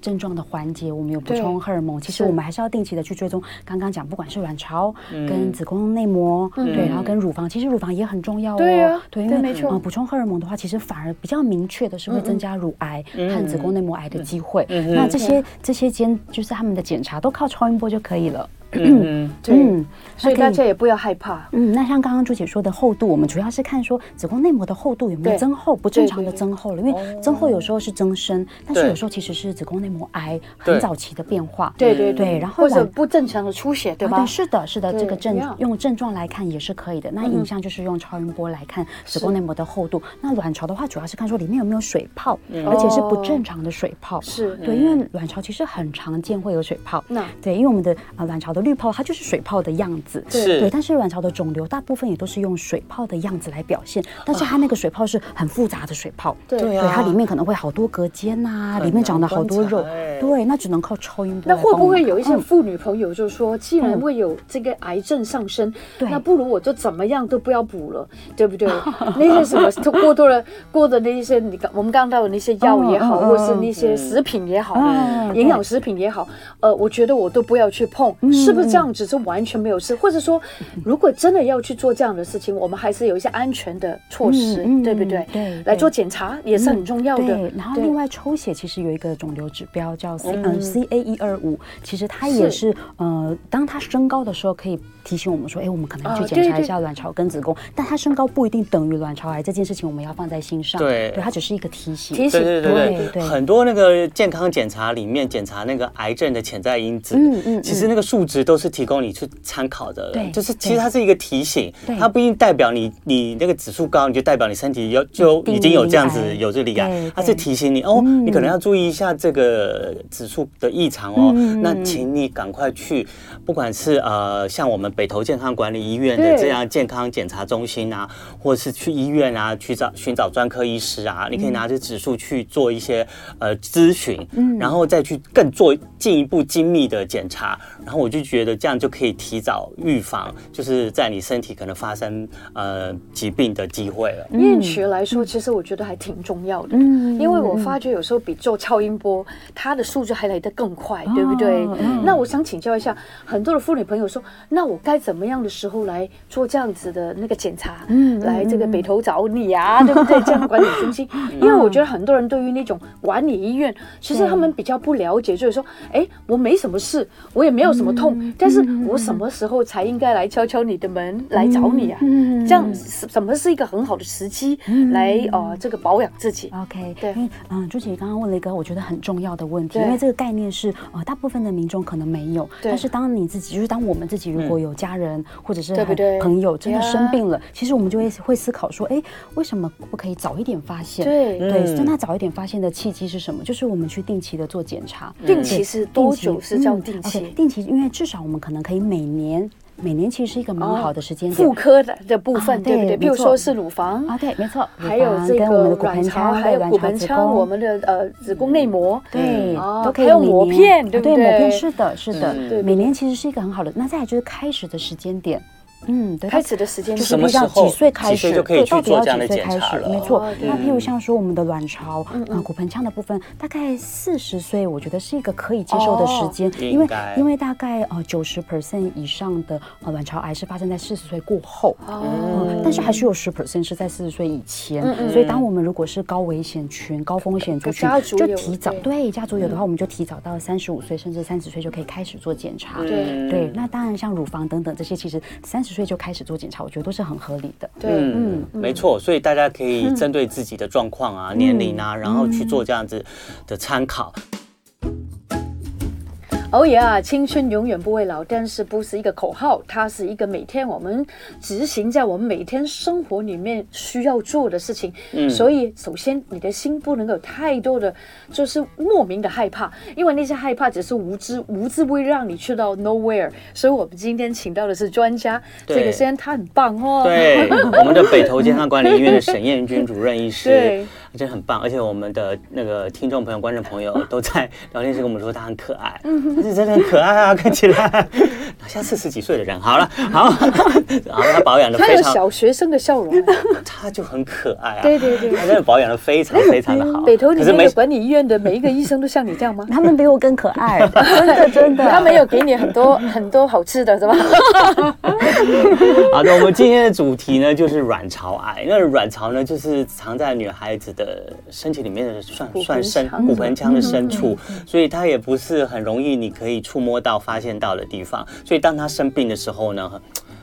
[SPEAKER 4] 症状的缓解，我们有补
[SPEAKER 2] 对
[SPEAKER 4] 充荷尔蒙。其
[SPEAKER 2] 是
[SPEAKER 4] 实我们还是要定期的去追踪。刚刚讲，不管是卵巢、
[SPEAKER 2] 嗯
[SPEAKER 4] 跟子宫内膜，对，然后跟乳房，其实乳房也很重要哦。
[SPEAKER 2] 对啊
[SPEAKER 4] 对，因
[SPEAKER 2] 对
[SPEAKER 4] 为
[SPEAKER 2] 没错嗯
[SPEAKER 4] 呃补充荷尔蒙的话，其实反而比较明确的是会增加乳癌和子宫内膜癌的机会。那这些这些间就是他们的检查都靠超音波就可以了。
[SPEAKER 3] 嗯，
[SPEAKER 2] 对，所以
[SPEAKER 4] 那可
[SPEAKER 2] 大家也不要害怕。
[SPEAKER 4] 嗯，那像刚刚朱姐说的厚度，我们主要是看说子宫内膜的厚度有没
[SPEAKER 2] 对
[SPEAKER 4] 有增厚，不正常
[SPEAKER 2] 对
[SPEAKER 4] 的
[SPEAKER 2] 对对哦
[SPEAKER 4] 增厚了，因为增厚有时候是增生，但是
[SPEAKER 3] 对
[SPEAKER 4] 有时候其实是子宫内膜癌
[SPEAKER 3] 对
[SPEAKER 4] 很早期的变化。
[SPEAKER 2] 对对
[SPEAKER 4] 对，然
[SPEAKER 2] 嗯
[SPEAKER 4] 后
[SPEAKER 2] 或者
[SPEAKER 4] 卵
[SPEAKER 2] 不正常的出血，对
[SPEAKER 4] 啊
[SPEAKER 2] 吧？
[SPEAKER 4] 是的，是的，
[SPEAKER 2] 对
[SPEAKER 4] 这个症
[SPEAKER 2] 一样嗯
[SPEAKER 4] 用症状来看也是可以的。那影像就是用超音波来看子宫内膜的厚度。那卵巢的话，主要是看说里面有没有水泡，
[SPEAKER 2] 嗯
[SPEAKER 4] 而且是
[SPEAKER 2] 哦
[SPEAKER 4] 不正常的水泡。
[SPEAKER 2] 是
[SPEAKER 4] 对，因为卵巢其实很常见会有水泡。
[SPEAKER 2] 嗯那
[SPEAKER 4] 对，因为我们的呃卵巢的滤泡它就是水泡的样子。
[SPEAKER 3] 对
[SPEAKER 4] 对，但是卵巢的肿瘤大部分也都是用水泡的样子来表现，但是它那个水泡是很复杂的水泡。
[SPEAKER 2] 啊对
[SPEAKER 3] 对
[SPEAKER 4] 对，
[SPEAKER 3] 啊
[SPEAKER 4] 它里面可能会好多隔间呐、
[SPEAKER 3] 很
[SPEAKER 4] 里面长了好多
[SPEAKER 3] 难观
[SPEAKER 4] 肉
[SPEAKER 3] 察欸。
[SPEAKER 4] 对，那只能靠超音波
[SPEAKER 2] 哎那
[SPEAKER 4] 来帮
[SPEAKER 2] 会
[SPEAKER 4] 我们看。
[SPEAKER 2] 不会有一些
[SPEAKER 4] 嗯
[SPEAKER 2] 妇女朋友就说，既然会有这个癌症上升，
[SPEAKER 4] 对
[SPEAKER 2] 那不如我就怎么样都不要补了，对 不对？那些什么都过多了过的那一些，你刚我们刚到的那些药也好，
[SPEAKER 4] 嗯嗯
[SPEAKER 2] 或是那些食品也好，
[SPEAKER 4] 嗯
[SPEAKER 2] 营养食品也好，呃，我觉得我都不要去碰，是不是这样子是完全没有事？或者说，如果真的要去做这样的事情，我们还是有一些安全的措施，
[SPEAKER 4] 嗯嗯
[SPEAKER 2] 对不对？
[SPEAKER 4] 对
[SPEAKER 2] 来
[SPEAKER 4] 对嗯
[SPEAKER 2] 做检查也是很重要的。
[SPEAKER 4] 对，然后
[SPEAKER 2] 对
[SPEAKER 4] 另外抽血其实有一个肿瘤指标叫 C 嗯 CA 一二五，其实它也
[SPEAKER 2] 是
[SPEAKER 4] 是呃，当它升高的时候可以提醒我们说，哎，我们可能要
[SPEAKER 2] 啊
[SPEAKER 4] 去检查
[SPEAKER 2] 对
[SPEAKER 4] 一下卵巢跟子宫，但它升高不一定等于卵巢癌这件事情，我们要放在心上。
[SPEAKER 3] 对
[SPEAKER 4] 它只是一个提醒。
[SPEAKER 2] 提
[SPEAKER 3] 对
[SPEAKER 2] 醒
[SPEAKER 3] 对
[SPEAKER 4] 对
[SPEAKER 3] 对对，
[SPEAKER 4] 对
[SPEAKER 3] 很多那个健康检查里面检查那个癌症的潜在因子，
[SPEAKER 4] 嗯嗯
[SPEAKER 3] 其实那个数值都是提供你去参考的，
[SPEAKER 4] 对
[SPEAKER 3] 就是其
[SPEAKER 4] 对
[SPEAKER 3] 实它是一个提醒
[SPEAKER 4] 对，
[SPEAKER 3] 它不一定代表你你那个指数高，你就代表你身体有就
[SPEAKER 4] 定
[SPEAKER 3] 已经有这样
[SPEAKER 4] 罹
[SPEAKER 3] 子
[SPEAKER 4] 癌
[SPEAKER 3] 有这个罹
[SPEAKER 4] 对
[SPEAKER 3] 癌，它是
[SPEAKER 4] 对
[SPEAKER 3] 提醒你哦，
[SPEAKER 4] 嗯
[SPEAKER 3] 你可能要注意一下这个指数的异常哦
[SPEAKER 4] 嗯嗯嗯，
[SPEAKER 3] 那
[SPEAKER 4] 嗯
[SPEAKER 3] 请你赶快去，不管是呃像我们北投健康管理医院
[SPEAKER 2] 对
[SPEAKER 3] 的这样健康检查中心啊，或者是去医院啊去找寻找专科医师
[SPEAKER 4] 嗯
[SPEAKER 3] 啊，你可以拿着指数去做一些呃咨询，
[SPEAKER 4] 嗯
[SPEAKER 3] 然后再去更做进一步精密的检查，然后我就觉得这样就可以提早预防，就是在你身体可能发生呃疾病的机会了。
[SPEAKER 2] 验血来说，其实我觉得还挺重要的，
[SPEAKER 4] 嗯
[SPEAKER 2] 因为我发觉有时候比做超音波，它的数据还来得更快，对不对？
[SPEAKER 4] 嗯
[SPEAKER 2] 那我想请教一下，很多的妇女朋友说，那我该怎么样的时候来做这样子的那个检查？
[SPEAKER 4] 嗯嗯
[SPEAKER 2] 来这个北头找你啊， 对不对？这样管理中心，因为我觉得很多人对于那种管理医院，其实他们比较不了解，就是说，哎，我没什么事，我也没有什么
[SPEAKER 4] 嗯
[SPEAKER 2] 痛，但是我什么时候才应该来敲敲你的门来找你啊？
[SPEAKER 4] 嗯
[SPEAKER 2] 这样什什么是一个很好的时机来呃这个保养自己？
[SPEAKER 4] OK，
[SPEAKER 2] 对
[SPEAKER 4] 因为嗯，朱姐刚刚问了一个我觉得很重要的问题，
[SPEAKER 2] 对
[SPEAKER 4] 因为这个概念是呃，大部分的民众可能没有，
[SPEAKER 2] 对
[SPEAKER 4] 但是当你自己，就是当我们自己如果有家人、或者是
[SPEAKER 2] 对不
[SPEAKER 4] 很
[SPEAKER 2] 对
[SPEAKER 4] 朋友真的
[SPEAKER 2] 呀
[SPEAKER 4] 生病了，其实我们就会会思考说，哎，为什么不可以早一点发现？
[SPEAKER 2] 对
[SPEAKER 4] 对，
[SPEAKER 3] 嗯
[SPEAKER 4] 所以那早一点发现的契机是什么？就是我们去定期的做检查，
[SPEAKER 2] 嗯定期是多久是叫定
[SPEAKER 4] 嗯，OK，
[SPEAKER 2] 期？
[SPEAKER 4] 定期，因为至少我们可能可以每年，每年其实是一个蛮
[SPEAKER 2] 哦
[SPEAKER 4] 好的时间点
[SPEAKER 2] 妇。科的的部分
[SPEAKER 4] 啊
[SPEAKER 2] 对不对？
[SPEAKER 4] 对
[SPEAKER 2] 比如
[SPEAKER 4] 没错
[SPEAKER 2] 说是乳房
[SPEAKER 4] 啊，对，没错，乳
[SPEAKER 2] 还有
[SPEAKER 4] 房
[SPEAKER 2] 这
[SPEAKER 4] 跟我们
[SPEAKER 2] 个
[SPEAKER 4] 的骨
[SPEAKER 2] 卵
[SPEAKER 4] 盆
[SPEAKER 2] 巢，
[SPEAKER 4] 腔，嗯
[SPEAKER 2] 还有
[SPEAKER 4] 卵
[SPEAKER 2] 骨
[SPEAKER 4] 巢
[SPEAKER 2] 盆
[SPEAKER 4] 子
[SPEAKER 2] 腔，
[SPEAKER 4] 宫
[SPEAKER 2] 我们的呃子宫内膜，
[SPEAKER 4] 对，
[SPEAKER 2] 哦
[SPEAKER 4] 都可以
[SPEAKER 2] 还有
[SPEAKER 4] 每
[SPEAKER 2] 抹
[SPEAKER 4] 年
[SPEAKER 2] 片对不嗯
[SPEAKER 4] 抹
[SPEAKER 2] 对
[SPEAKER 4] 片是的，是
[SPEAKER 2] 对对
[SPEAKER 4] 的，每年其实是一个很好的。那再来就是开始的时间点，嗯，对，
[SPEAKER 2] 开始的时间
[SPEAKER 4] 就
[SPEAKER 2] 点
[SPEAKER 4] 是
[SPEAKER 3] 什
[SPEAKER 4] 譬
[SPEAKER 3] 么
[SPEAKER 4] 如像
[SPEAKER 3] 时候
[SPEAKER 4] 几岁开
[SPEAKER 3] 几岁
[SPEAKER 4] 始，
[SPEAKER 3] 就可以
[SPEAKER 4] 对，
[SPEAKER 3] 去
[SPEAKER 4] 到底
[SPEAKER 3] 做
[SPEAKER 4] 要
[SPEAKER 3] 这样
[SPEAKER 4] 几
[SPEAKER 3] 的
[SPEAKER 4] 岁
[SPEAKER 3] 检
[SPEAKER 4] 开
[SPEAKER 3] 查
[SPEAKER 4] 始？
[SPEAKER 3] 了
[SPEAKER 4] 没错
[SPEAKER 2] 哦。对嗯
[SPEAKER 4] 那譬如像说我们的卵巢啊、骨盆腔的部分，大概四十岁，我觉得是一个可以接受的时间，
[SPEAKER 3] 哦
[SPEAKER 4] 因为
[SPEAKER 3] 应该
[SPEAKER 4] 因为大概呃九十 percent 以上的呃卵巢癌是发生在四十岁过后。嗯，但是还是有十 percent 是在四十岁以前，
[SPEAKER 2] 嗯
[SPEAKER 4] 所以当我们如果是高危险群、高风险族群
[SPEAKER 2] 家，族
[SPEAKER 4] 就
[SPEAKER 2] 有
[SPEAKER 4] 提早
[SPEAKER 2] 对嗯
[SPEAKER 4] 对家族有的话，我们就提早到三十五岁甚至三十岁就可以开始做检查。
[SPEAKER 2] 对
[SPEAKER 4] 对，那当然像乳房等等这些，其实三十岁就开始做检查，我觉得都是很合理的。
[SPEAKER 2] 对，
[SPEAKER 4] 嗯
[SPEAKER 3] 没错，所以大家可 以针对自己的状况啊、
[SPEAKER 2] 嗯
[SPEAKER 3] 年龄啊，然后去做这样子的参考。
[SPEAKER 2] 哦呀，青春永远不会老，但是不是一个口号，它是一个每天我们执行在我们每天生活里面需要做的事情。嗯，所以首先你的心不能够有太多的就是莫名的害怕，因为那些害怕只是无知，无知会让你去到 nowhere。所以我们今天请到的是专家，
[SPEAKER 3] 对
[SPEAKER 2] 这个先他很棒哦。，
[SPEAKER 3] 对，我们的北投健康管理医院的沈燕君主任医师
[SPEAKER 2] 对，
[SPEAKER 3] 真的很棒。而且我们的那个听众朋友、观众朋友都在聊天室跟我们说他很可爱，
[SPEAKER 2] 嗯
[SPEAKER 3] 他是真的很可爱啊，看起 来好像四十几岁的人。好了， 好，然后他保
[SPEAKER 4] 呃
[SPEAKER 3] 养的
[SPEAKER 2] 他
[SPEAKER 3] 非
[SPEAKER 2] 有
[SPEAKER 3] 常，
[SPEAKER 2] 小学生的笑容。啊
[SPEAKER 3] 他就很可爱啊，
[SPEAKER 2] 对对对
[SPEAKER 3] 他真的保养的非常非常的好。
[SPEAKER 2] 北投里
[SPEAKER 3] 可是
[SPEAKER 2] 面
[SPEAKER 3] 没
[SPEAKER 2] 的管理医院的每一个医生都像你这样吗？
[SPEAKER 4] 他们比我更可 爱， 真的真的。
[SPEAKER 2] 他没有给你很多很多好吃的，是吧？
[SPEAKER 3] 好的，我们今天的主题呢就是卵巢癌。那卵巢呢，就是藏在女孩子的身体里面的算
[SPEAKER 2] 骨盆
[SPEAKER 3] 算深
[SPEAKER 2] 腔嗯
[SPEAKER 3] 骨盆腔的深处，所以它也不是很容易你可以触摸到、发现到的地方。所以当她生病的时候呢，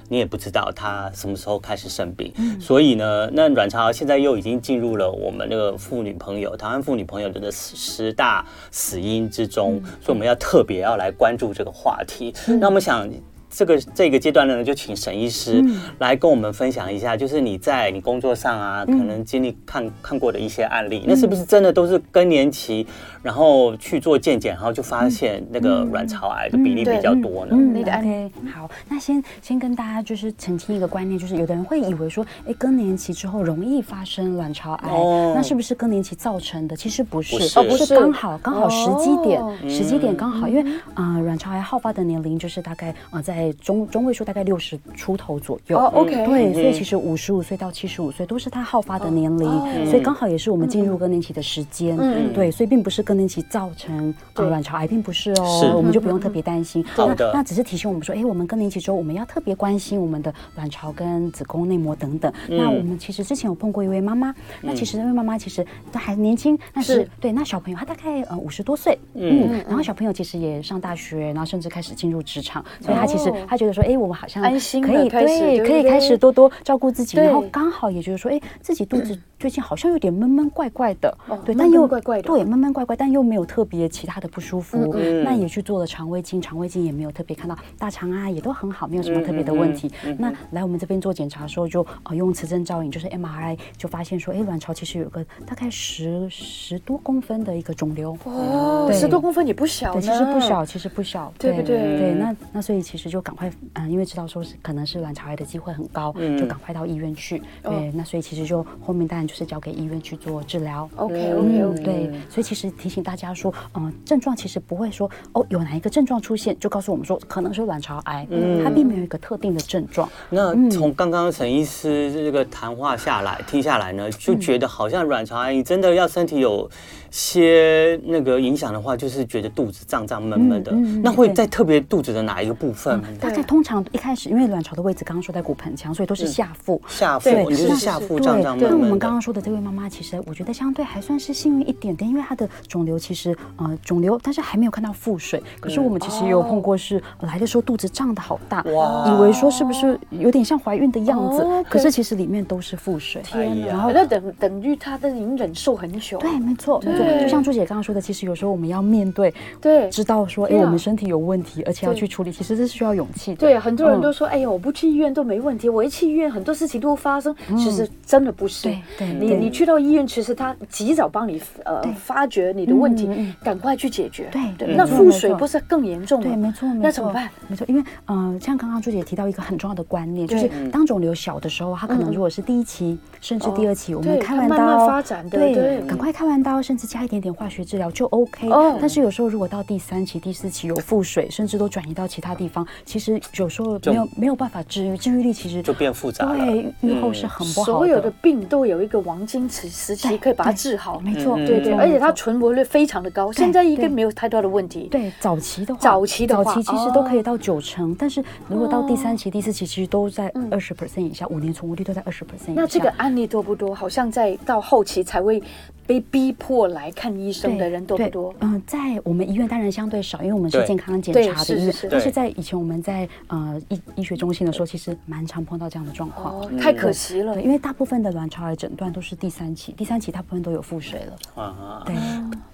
[SPEAKER 3] 你也不知道她什么时候开始生病。所以呢，那卵巢现在又已经进入了我们那个妇女朋友、台湾妇女朋友的十十大死因之中，所以我们要特别要来关注这个话题。那我们想。这个这个阶段呢，就请沈医师来跟我们分享一下，就是你在你工作上啊，可能经历看看过的一些案例，那是不是真的都是更年期，然后去做健检，然后就发现那个卵巢癌的比例比较多呢？
[SPEAKER 4] 嗯
[SPEAKER 2] 你的案
[SPEAKER 4] OK，好，那先先跟大家就是澄清一个观念，就是有的人会以为说，哎，更年期之后容易发生卵巢癌，
[SPEAKER 3] 哦
[SPEAKER 4] 那是不是更年期造成的？其实不是，
[SPEAKER 3] 不是哦不
[SPEAKER 2] 是
[SPEAKER 4] 刚好刚好时机点，
[SPEAKER 2] 哦
[SPEAKER 4] 时机点刚好，因为啊、呃卵巢癌好发的年龄就是大概啊、呃在中中位数大概六十出头左右。
[SPEAKER 2] 哦，OK，
[SPEAKER 4] 对，所以其实五十五岁到七十五岁都是它好发的年龄，所以刚好也是我们进入更年期的时间。
[SPEAKER 2] 哦嗯
[SPEAKER 4] 对，所以并不是更年期造成呃
[SPEAKER 2] 对
[SPEAKER 4] 卵巢癌，并不是
[SPEAKER 3] 是
[SPEAKER 4] 哦，我们就不用特别担心。
[SPEAKER 3] 好
[SPEAKER 4] 那
[SPEAKER 3] 的
[SPEAKER 4] 那只是提醒我们说，哎，我们更年期之后，我们要特别关心我们的卵巢跟子宫内膜等等。那
[SPEAKER 2] 嗯
[SPEAKER 4] 我们其实之前有碰过一位妈妈，那其实那位妈妈其实她还年轻，但是
[SPEAKER 2] 是
[SPEAKER 4] 对那小朋友她大概呃五十多岁，嗯，然后小朋友其实也上大学，然后甚至开始进入职场，所以她其实
[SPEAKER 2] 哦
[SPEAKER 4] 她觉得说，哎，我们好像
[SPEAKER 2] 安心了
[SPEAKER 4] 可以
[SPEAKER 2] 开始对不
[SPEAKER 4] 对，可以
[SPEAKER 2] 对
[SPEAKER 4] 开始多多照顾自己，
[SPEAKER 2] 对
[SPEAKER 4] 然后刚好也觉得说，哎，自己肚子最近好像有点闷闷怪怪的
[SPEAKER 2] 哦，
[SPEAKER 4] 对，
[SPEAKER 2] 闷
[SPEAKER 4] 但又
[SPEAKER 2] 闷怪怪的
[SPEAKER 4] 对闷闷怪怪，但又没有特别其他的不舒服
[SPEAKER 3] 嗯嗯，
[SPEAKER 4] 那也去做了肠胃镜，肠胃镜也没有特别看到大肠啊，也都很好，没有什么特别的问题。那来我们这边做检查的时候，就呃用磁振造影，就是 MRI，就发现说，哎，卵巢其实有个大概十十多公分的一个肿瘤。
[SPEAKER 2] 哦，
[SPEAKER 4] 对
[SPEAKER 2] 十多公分也不小呢，
[SPEAKER 4] 对，其实不小，其实不小，
[SPEAKER 2] 对不对
[SPEAKER 4] 对，那那所以其实就赶快，嗯，因为知道说是可能是卵巢癌的机会很高，就赶快到医院去。
[SPEAKER 2] 哦
[SPEAKER 4] 对，那所以其实就后面当然就是交给医院去做治
[SPEAKER 2] 哦
[SPEAKER 4] 疗。
[SPEAKER 2] OK，OK，OK。OK
[SPEAKER 4] 嗯
[SPEAKER 2] OK，
[SPEAKER 4] 对，所以其实提醒大家说，嗯、症状其实不会说哦，有哪一个症状出现就告诉我们说可能是卵巢癌，
[SPEAKER 3] 嗯
[SPEAKER 4] 它并没有一个特定的症状。
[SPEAKER 3] 那
[SPEAKER 4] 嗯
[SPEAKER 3] 从刚刚沈医师这个谈话下来，听下来
[SPEAKER 4] 嗯
[SPEAKER 3] 呢，就觉得好像卵巢癌真的要身体有些那个影响的话，就是觉得肚子胀胀闷闷的。
[SPEAKER 4] 嗯嗯嗯
[SPEAKER 3] 那会
[SPEAKER 4] 对嗯
[SPEAKER 3] 在特别肚子的哪一个部分？
[SPEAKER 4] 大概通常一开始，因为卵巢的位置刚刚说在骨盆腔，所以都是下腹。
[SPEAKER 3] 下腹，
[SPEAKER 2] 对
[SPEAKER 3] 你就是
[SPEAKER 2] 是
[SPEAKER 3] 下
[SPEAKER 2] 是
[SPEAKER 3] 腹
[SPEAKER 4] 对，
[SPEAKER 3] 胀胀闷
[SPEAKER 4] 那我
[SPEAKER 3] 闷
[SPEAKER 4] 们
[SPEAKER 3] 的
[SPEAKER 4] 刚。刚说的这位妈妈，其实我觉得相对还算是幸运一点点，因为她的肿瘤其实呃肿瘤，但是还没有看到腹水。可是我们其实也有碰过是，呃来的时候肚子胀得好大，
[SPEAKER 3] 嗯哦哇
[SPEAKER 4] 以为说是不是有点像怀孕的样子，
[SPEAKER 2] 哦，OK
[SPEAKER 4] 可是其实里面都是腹水。
[SPEAKER 3] 哎
[SPEAKER 2] 天
[SPEAKER 3] 呀
[SPEAKER 2] 哪，那等等于他的已经忍受很久，
[SPEAKER 4] 对，没错，没错。
[SPEAKER 2] 对
[SPEAKER 4] 就像朱姐刚刚说的，其实有时候我们要面对，
[SPEAKER 2] 对
[SPEAKER 4] 知道说，哎，
[SPEAKER 2] 对啊
[SPEAKER 4] 我们身体有问题，而且要
[SPEAKER 2] 对
[SPEAKER 4] 去处理，其实这是需要勇气的。
[SPEAKER 2] 对，很多人
[SPEAKER 4] 嗯
[SPEAKER 2] 都说，哎呀，我不去医院都没问题，我一去医院很多事情都会发生，其实真的不是
[SPEAKER 4] 嗯对，对
[SPEAKER 2] 你你去到医院，其实他及早帮你呃
[SPEAKER 4] 对
[SPEAKER 2] 发掘你的问题
[SPEAKER 4] 嗯嗯嗯，
[SPEAKER 2] 赶快去解决。
[SPEAKER 4] 对
[SPEAKER 2] 对，
[SPEAKER 4] 没
[SPEAKER 2] 那
[SPEAKER 4] 错
[SPEAKER 2] 腹
[SPEAKER 4] 没
[SPEAKER 2] 水
[SPEAKER 4] 错
[SPEAKER 2] 不是更严重吗？
[SPEAKER 4] 对，没错，没错
[SPEAKER 2] 那怎么办？
[SPEAKER 4] 没错，因为呃，像刚刚朱姐提到一个很重要的观念，就
[SPEAKER 2] 对嗯
[SPEAKER 4] 是当肿瘤小的时候，它可能如果是第一期，甚至第二期，我们
[SPEAKER 2] 哦对
[SPEAKER 4] 开
[SPEAKER 2] 它
[SPEAKER 4] 完
[SPEAKER 2] 慢慢
[SPEAKER 4] 刀，
[SPEAKER 2] 发展的对
[SPEAKER 4] 对，赶快开完刀，甚至加一点点化学治疗就 OK
[SPEAKER 2] 哦。
[SPEAKER 4] 但是有时候如果到第三期、第四期有腹水，甚至都转移到其他地方，其实有时候
[SPEAKER 3] 就
[SPEAKER 4] 没有没有办法治愈，治愈力其实
[SPEAKER 3] 就变复杂了
[SPEAKER 4] 对，愈后是很不好的。
[SPEAKER 2] 所有的病都有一个黄金时时期
[SPEAKER 4] 对
[SPEAKER 2] 可以把它
[SPEAKER 4] 对
[SPEAKER 2] 治好，
[SPEAKER 4] 没错，
[SPEAKER 3] 嗯
[SPEAKER 2] 对对，
[SPEAKER 4] 没错
[SPEAKER 2] 而且它存活率非常的高，现在应该
[SPEAKER 4] 对
[SPEAKER 2] 没有太多的问题。
[SPEAKER 4] 对，早期的话，
[SPEAKER 2] 早期的话哦
[SPEAKER 4] 早期其实都可以到九成，但是如果到第三期、第四期，其实都在二十 percent 以下，五年存活率都在二十 percent 以下。
[SPEAKER 2] 嗯那这个案例多不多？好像在到后期才会被逼迫来看医生
[SPEAKER 4] 对
[SPEAKER 2] 的人多不
[SPEAKER 4] 对
[SPEAKER 2] 多？
[SPEAKER 4] 嗯、在我们医院当然相对少，因为我们是
[SPEAKER 3] 对
[SPEAKER 4] 健康检
[SPEAKER 2] 对
[SPEAKER 4] 查
[SPEAKER 2] 是
[SPEAKER 4] 的医
[SPEAKER 2] 是
[SPEAKER 4] 院
[SPEAKER 2] 是，
[SPEAKER 4] 但
[SPEAKER 3] 对
[SPEAKER 4] 是在以前我们在呃医医学中心的时候，其实蛮常碰到这样的状况。
[SPEAKER 2] 哦，太可惜了
[SPEAKER 4] 嗯对，。因为大部分的卵巢癌诊断都是第三期，第三期大部分都有腹水了。
[SPEAKER 2] 哦
[SPEAKER 3] 啊。
[SPEAKER 4] 对，